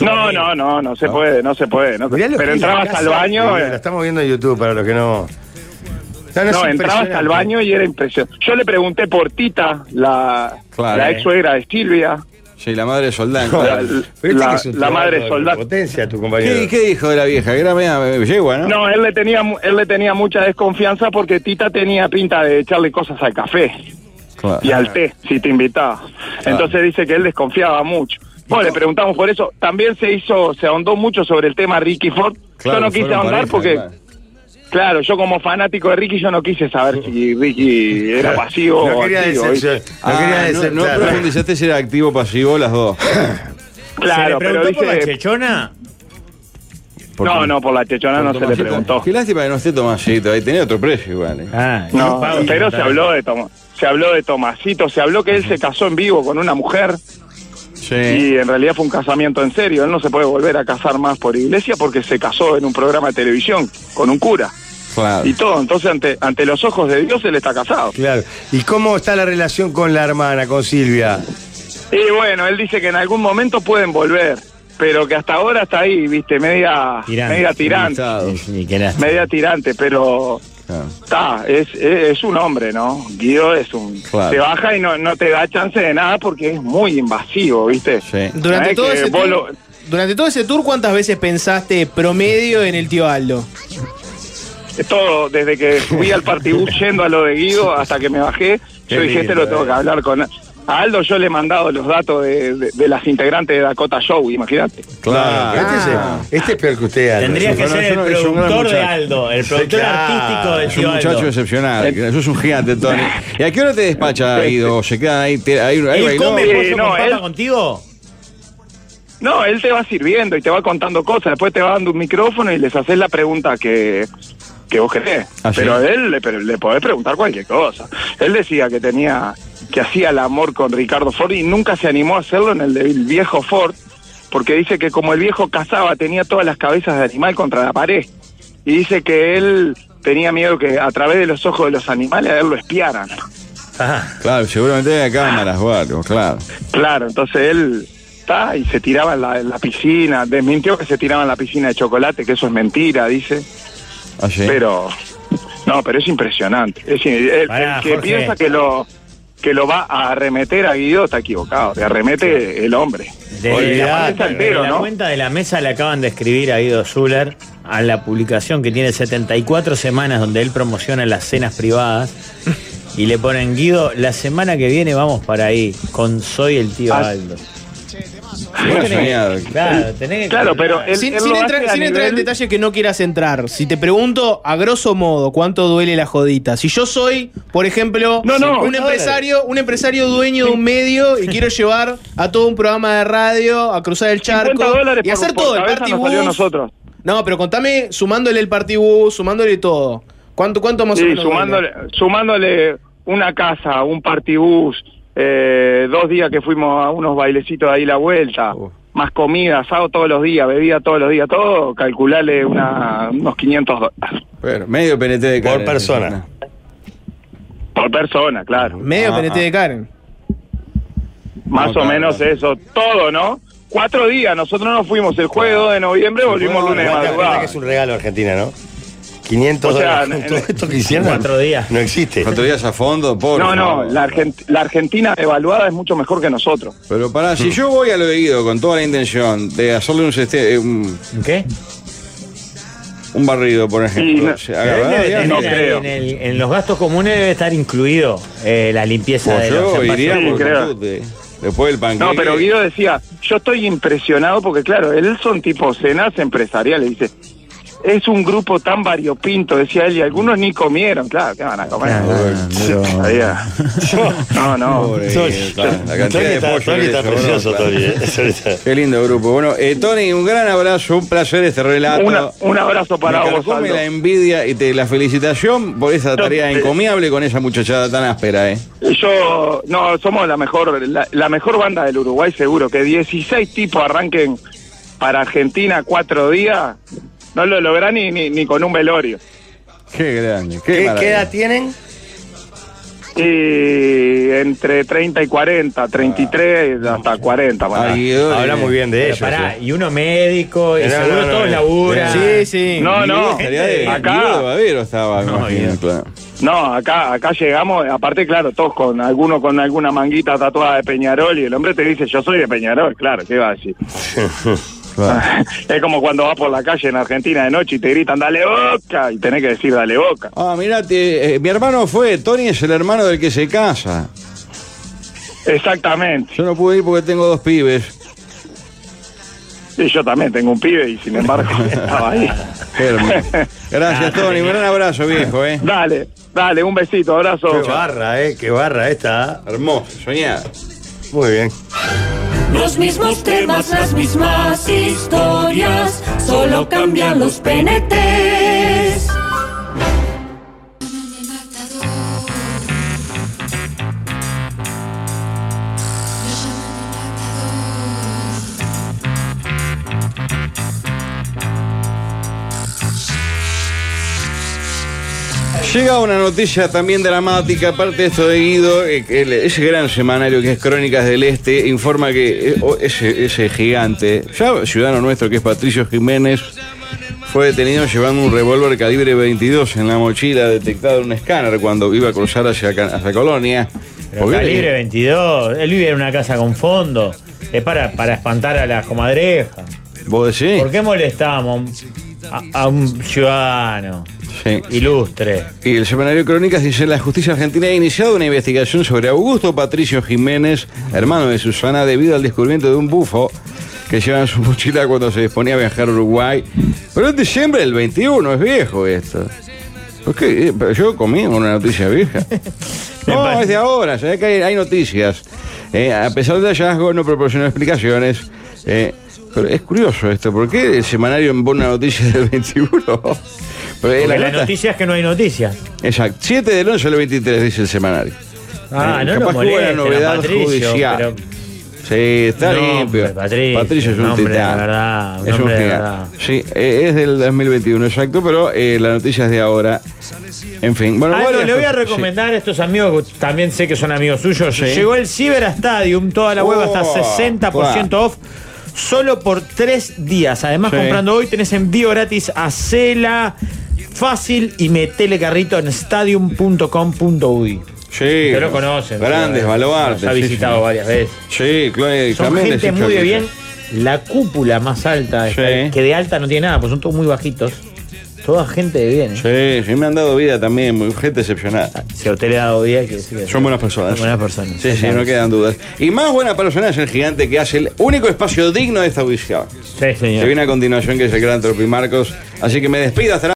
no, no, no, no se puede, no se puede. no se-
Mirá lo que
pero
es la
entrabas
casa.
al baño,
Mira,
eh,
Lo estamos viendo en YouTube para los que no. No, no, es
no, entrabas
impresionante.
al baño y era impresionante. Yo le pregunté por Tita, la,
Claro.
la ex suegra de Silvia,
Sí, la madre soldán.
la,
claro.
la- la madre soldado.
Potencia tu compañero.
¿Qué, qué dijo de la vieja? Que era media yegua, ¿no?
No, él le tenía mu- él le tenía mucha desconfianza porque Tita tenía pinta de echarle cosas al café
Claro.
y al té si te invitaba. Entonces dice que él desconfiaba mucho. Bueno, le preguntamos por eso. También se hizo, se ahondó mucho sobre el tema Ricky Ford.
Claro,
yo no quise
fueron
ahondar
pareja,
porque,
claro.
claro. yo como fanático de Ricky, yo no quise saber si Ricky era pasivo
No
o
quería
activo.
decir-
¿viste?
No
Ah,
quería decir,
no,
claro.
profundizaste si era activo o pasivo, las dos.
Claro,
¿Se le preguntó
pero
por la
dice-
chechona?
No, no, por la chechona no se le preguntó. Ah,
Qué lástima que no esté Tomasito, ahí tenía otro precio igual.
Ah,
eh.
No,
Pago,
pero
sí,
se habló de Toma- se habló de Tomasito, se habló que él se casó en vivo con una mujer. Y en realidad fue un casamiento en serio. Él no se puede volver a casar más por iglesia porque se casó en un programa de televisión con un cura.
Claro.
Y todo. Entonces, ante, ante los ojos de Dios, él está casado.
Claro. ¿Y cómo está la relación con la hermana, con Silvia?
Y bueno, él dice que en algún momento pueden volver. Pero que hasta ahora está ahí, viste, media
Tirante.
media tirante.
Ni que nada.
Media tirante, pero. Está, es, es, es un hombre, ¿no? Guido es un.
Claro.
Se baja y no, no te da chance de nada porque es muy invasivo, ¿viste? No
Durante
es
todo,
que
ese
vos
tour,
lo-
durante todo ese tour, ¿cuántas veces pensaste promedio en el tío Aldo?
todo, desde que subí al partibus yendo a lo de Guido hasta que me bajé,
Qué
yo dije,
lindo,
este
eh".
lo tengo que hablar con... A Aldo yo le he mandado los datos de, de- de las integrantes de Dakota Show, imagínate.
Claro.
Claro.
Este, es,
Ah.
este es peor que usted, Aldo.
Tendría que
Pero
ser
yo
el
no-
es un gran
productor de
muchacho.
Aldo, el
Sí,
productor
claro.
artístico
Es
del
un
tío
muchacho
Aldo.
excepcional, que- sos un gigante, Tony. ¿Y a qué hora te despacha, Guido? ¿Se quedan ahí? te- ahí- ahí
¿Él
bailó?
come pollo
Sí, no,
con papa
él-
contigo?
No, él te va sirviendo y te va contando cosas, después te va dando un micrófono y les haces la pregunta que, que vos querés.
Ah, sí.
Pero a él le, pre- le podés preguntar cualquier cosa. Él decía que tenía, que hacía el amor con Ricardo Ford y nunca se animó a hacerlo en el del viejo Ford, porque dice que como el viejo cazaba, tenía todas las cabezas de animal contra la pared. Y dice que él tenía miedo que a través de los ojos de los animales a él lo espiaran.
Claro, seguramente hay cámaras o algo, claro.
Claro, entonces él está y se tiraba en la, en la piscina. Desmintió que se tiraba en la piscina de chocolate, que eso es mentira, dice.
Ah, sí.
Pero, no, pero es impresionante. Es, in- el, el
Pará,
que
Jorge.
piensa que lo que lo va a arremeter a Guido está equivocado. Te arremete el hombre.
Desde
Olvidate,
la,
está
desde
entero,
la
¿no?
cuenta de la mesa le acaban de escribir a Guido Schuller a la publicación que tiene 74 semanas donde él promociona las cenas privadas y le ponen Guido, la semana que viene vamos para ahí con Soy el tío
Ah,
Aldo.
Bueno, soñado.
Claro, tenés que-
sin, sin entrar, sin entrar en detalle que no quieras entrar, si te pregunto a grosso modo cuánto duele la jodita. Si yo soy, por ejemplo,
No, no.
un empresario, un empresario dueño de un medio y quiero llevar a todo un programa de radio a cruzar el
50
charco
dólares
y
por-
hacer
por
todo el
cabeza
party
nos salió a
bus,
nosotros.
No, pero contame sumándole el partibú, sumándole todo. ¿Cuánto, cuánto más o
Sí,
menos vale?
sumándole, sumándole una casa, un partibús, eh, dos días que fuimos a unos bailecitos ahí la vuelta, más comida, asado todos los días, bebida todos los días, todo, calcularle una, unos 500 dólares.
Bueno, medio PNT de
Por
carne.
persona. Por persona, claro.
Medio
ah.
PNT de Karen.
Más
No,
o
claro,
menos eso, todo, ¿no? Cuatro días, nosotros nos fuimos el jueves 2 de noviembre, volvimos el lunes de
Igual te das cuenta
madrugada.
que es un regalo a Argentina, ¿no? 500
O sea,
dólares.
en-
con todo esto que hicieron.
cuatro
días. No existe.
Cuatro días a fondo, por
No, no,
favor.
la, Argent- la Argentina evaluada es mucho mejor que nosotros.
Pero pará, si yo voy al oído con toda la intención de hacerle un seste- eh, un,
¿Qué?
un barrido, por
Y
ejemplo.
no-
se agarra,
Debe
ya,
tener
no
en-
creo.
En, el- en los gastos comunes debe estar incluido eh, la limpieza
Pues
de
yo
los zapatos.
iría por Matute. Después del panqueque.
No, pero Guido decía, yo estoy impresionado porque claro, él son tipo cenas empresariales, dice. Es un grupo tan variopinto, decía él, y algunos ni comieron, claro, ¿qué van a comer? Sabía. No, no.
Pobre
Tony,
Guido, claro, la cantidad
Tony
de
está-
pollo
Tony
que
está
le sobró,
precioso,
claro.
Tony,
Qué lindo grupo. Bueno, eh, Tony, un gran abrazo, un placer este relato.
Una- un abrazo para
Me
vos,
carcome
Aldo. eh.
la envidia y te la felicitación por esa tarea encomiable con esa muchachada tan áspera, ¿eh?
Yo, no, somos la mejor, la, la mejor banda del Uruguay, seguro. Que 16 tipos arranquen para Argentina cuatro días, no lo lográ ni, ni, ni con un velorio.
Qué grande.
¿Qué-
Qué,
qué
maravilla.
edad tienen?
Y entre 30 y 40, 33 hasta 40. bueno.
Ah, Habla muy bien de
eh. Pero
ellos.
pará,
eh.
y uno médico, y
No, no,
seguro
no, no,
todos
no.
laburan.
Sí, sí.
No, no. eh,
Tarea de
Acá.
Guido de Bavero estaba, me imagino, claro.
No, acá, acá llegamos, aparte, claro, todos con alguno con alguna manguita tatuada de Peñarol y el hombre te dice, yo soy de Peñarol, claro, ¿qué va a decir? Es como cuando vas por la calle en Argentina de noche y te gritan, dale boca, y tenés que decir, dale boca.
Ah, mirá, te- eh, mi hermano fue, Tony es el hermano del que se casa.
Exactamente.
Yo no pude ir porque tengo dos pibes.
Y yo también tengo un pibe y sin embargo estaba ahí.
Qué hermoso. Gracias, Tony. Gran abrazo, viejo, ¿eh?
Dale, dale, un besito, abrazo.
Qué barra, eh, qué barra esta.
Hermoso, soñada.
Muy bien.
Los mismos temas, las mismas historias, solo cambian los penetes.
Llega una noticia también dramática, aparte de esto de Guido, eh, que el- ese gran semanario que es Crónicas del Este, informa que eh, o- ese, ese gigante, ya ciudadano nuestro que es Patricio Jiménez, fue detenido llevando un revólver calibre 22 en la mochila, detectado en un escáner cuando iba a cruzar hacia, Ca- hacia Colonia.
Pero
Porque-
calibre 22, él vive en una casa con fondo. Es para, para espantar a las comadrejas.
¿Vos decís?
¿Por qué molestamos a, a un ciudadano?
Sí.
Ilustre.
Y el semanario Crónicas dice, la justicia argentina ha iniciado una investigación sobre Augusto Patricio Jiménez, hermano de Susana, debido al descubrimiento de un bufo que lleva en su mochila cuando se disponía a viajar a Uruguay. Pero en diciembre del 21, es viejo esto. ¿Por qué? Eh, pero Yo comí una noticia vieja. No, es de ahora, se ve que hay, hay noticias. Eh, a pesar del hallazgo, no proporcionó explicaciones. Eh, pero es curioso esto, ¿por qué el semanario pone una noticia del 21? Pero, eh,
Porque
la
la,
nota-
noticia es que no hay noticias.
Exacto. 7 del 11 al 23, dice el semanario.
Ah,
Eh,
no nos
capaz que hubo una
molesten
novedad
a Patricio,
judicial.
pero-
Sí, está
No,
limpio.
hombre, Patricio,
es un
un hombre de
titán.
verdad, un
es
hombre de
gigante.
verdad.
Sí, eh, es del 2021, exacto, pero eh, la noticia es de ahora. En fin, bueno,
Algo,
varias
Ah, le voy a
cosas, Ah, sí.
recomendar a estos amigos, que también sé que son amigos suyos.
Sí.
Llegó el Cyber Stadium, toda la web hasta
Oh,
60% off, solo por tres días. Además,
Sí.
comprando hoy tenés envío gratis a Cela, fácil y metele carrito en stadium.com.uy.
Sí.
Te lo conocen.
Grandes
eh,
baluartes.
Nos ha
sí,
visitado
sí.
varias veces.
Sí, Chloe
Son
Camel
gente
es
muy de
hecha-
bien. La cúpula más alta, esta, que de alta no tiene nada, pues son todos muy bajitos. Toda gente de bien. ¿eh?
Sí, sí, me han dado vida también, muy- gente excepcional.
Si a usted le ha dado vida, que sí.
Son buenas personas.
Son buenas personas.
Sí, sí, no quedan dudas. Y más buena persona es el gigante que hace el único espacio digno de esta audición.
Sí, señor.
Se viene a continuación que es el gran Tropi Marcos. Así que me despido hasta la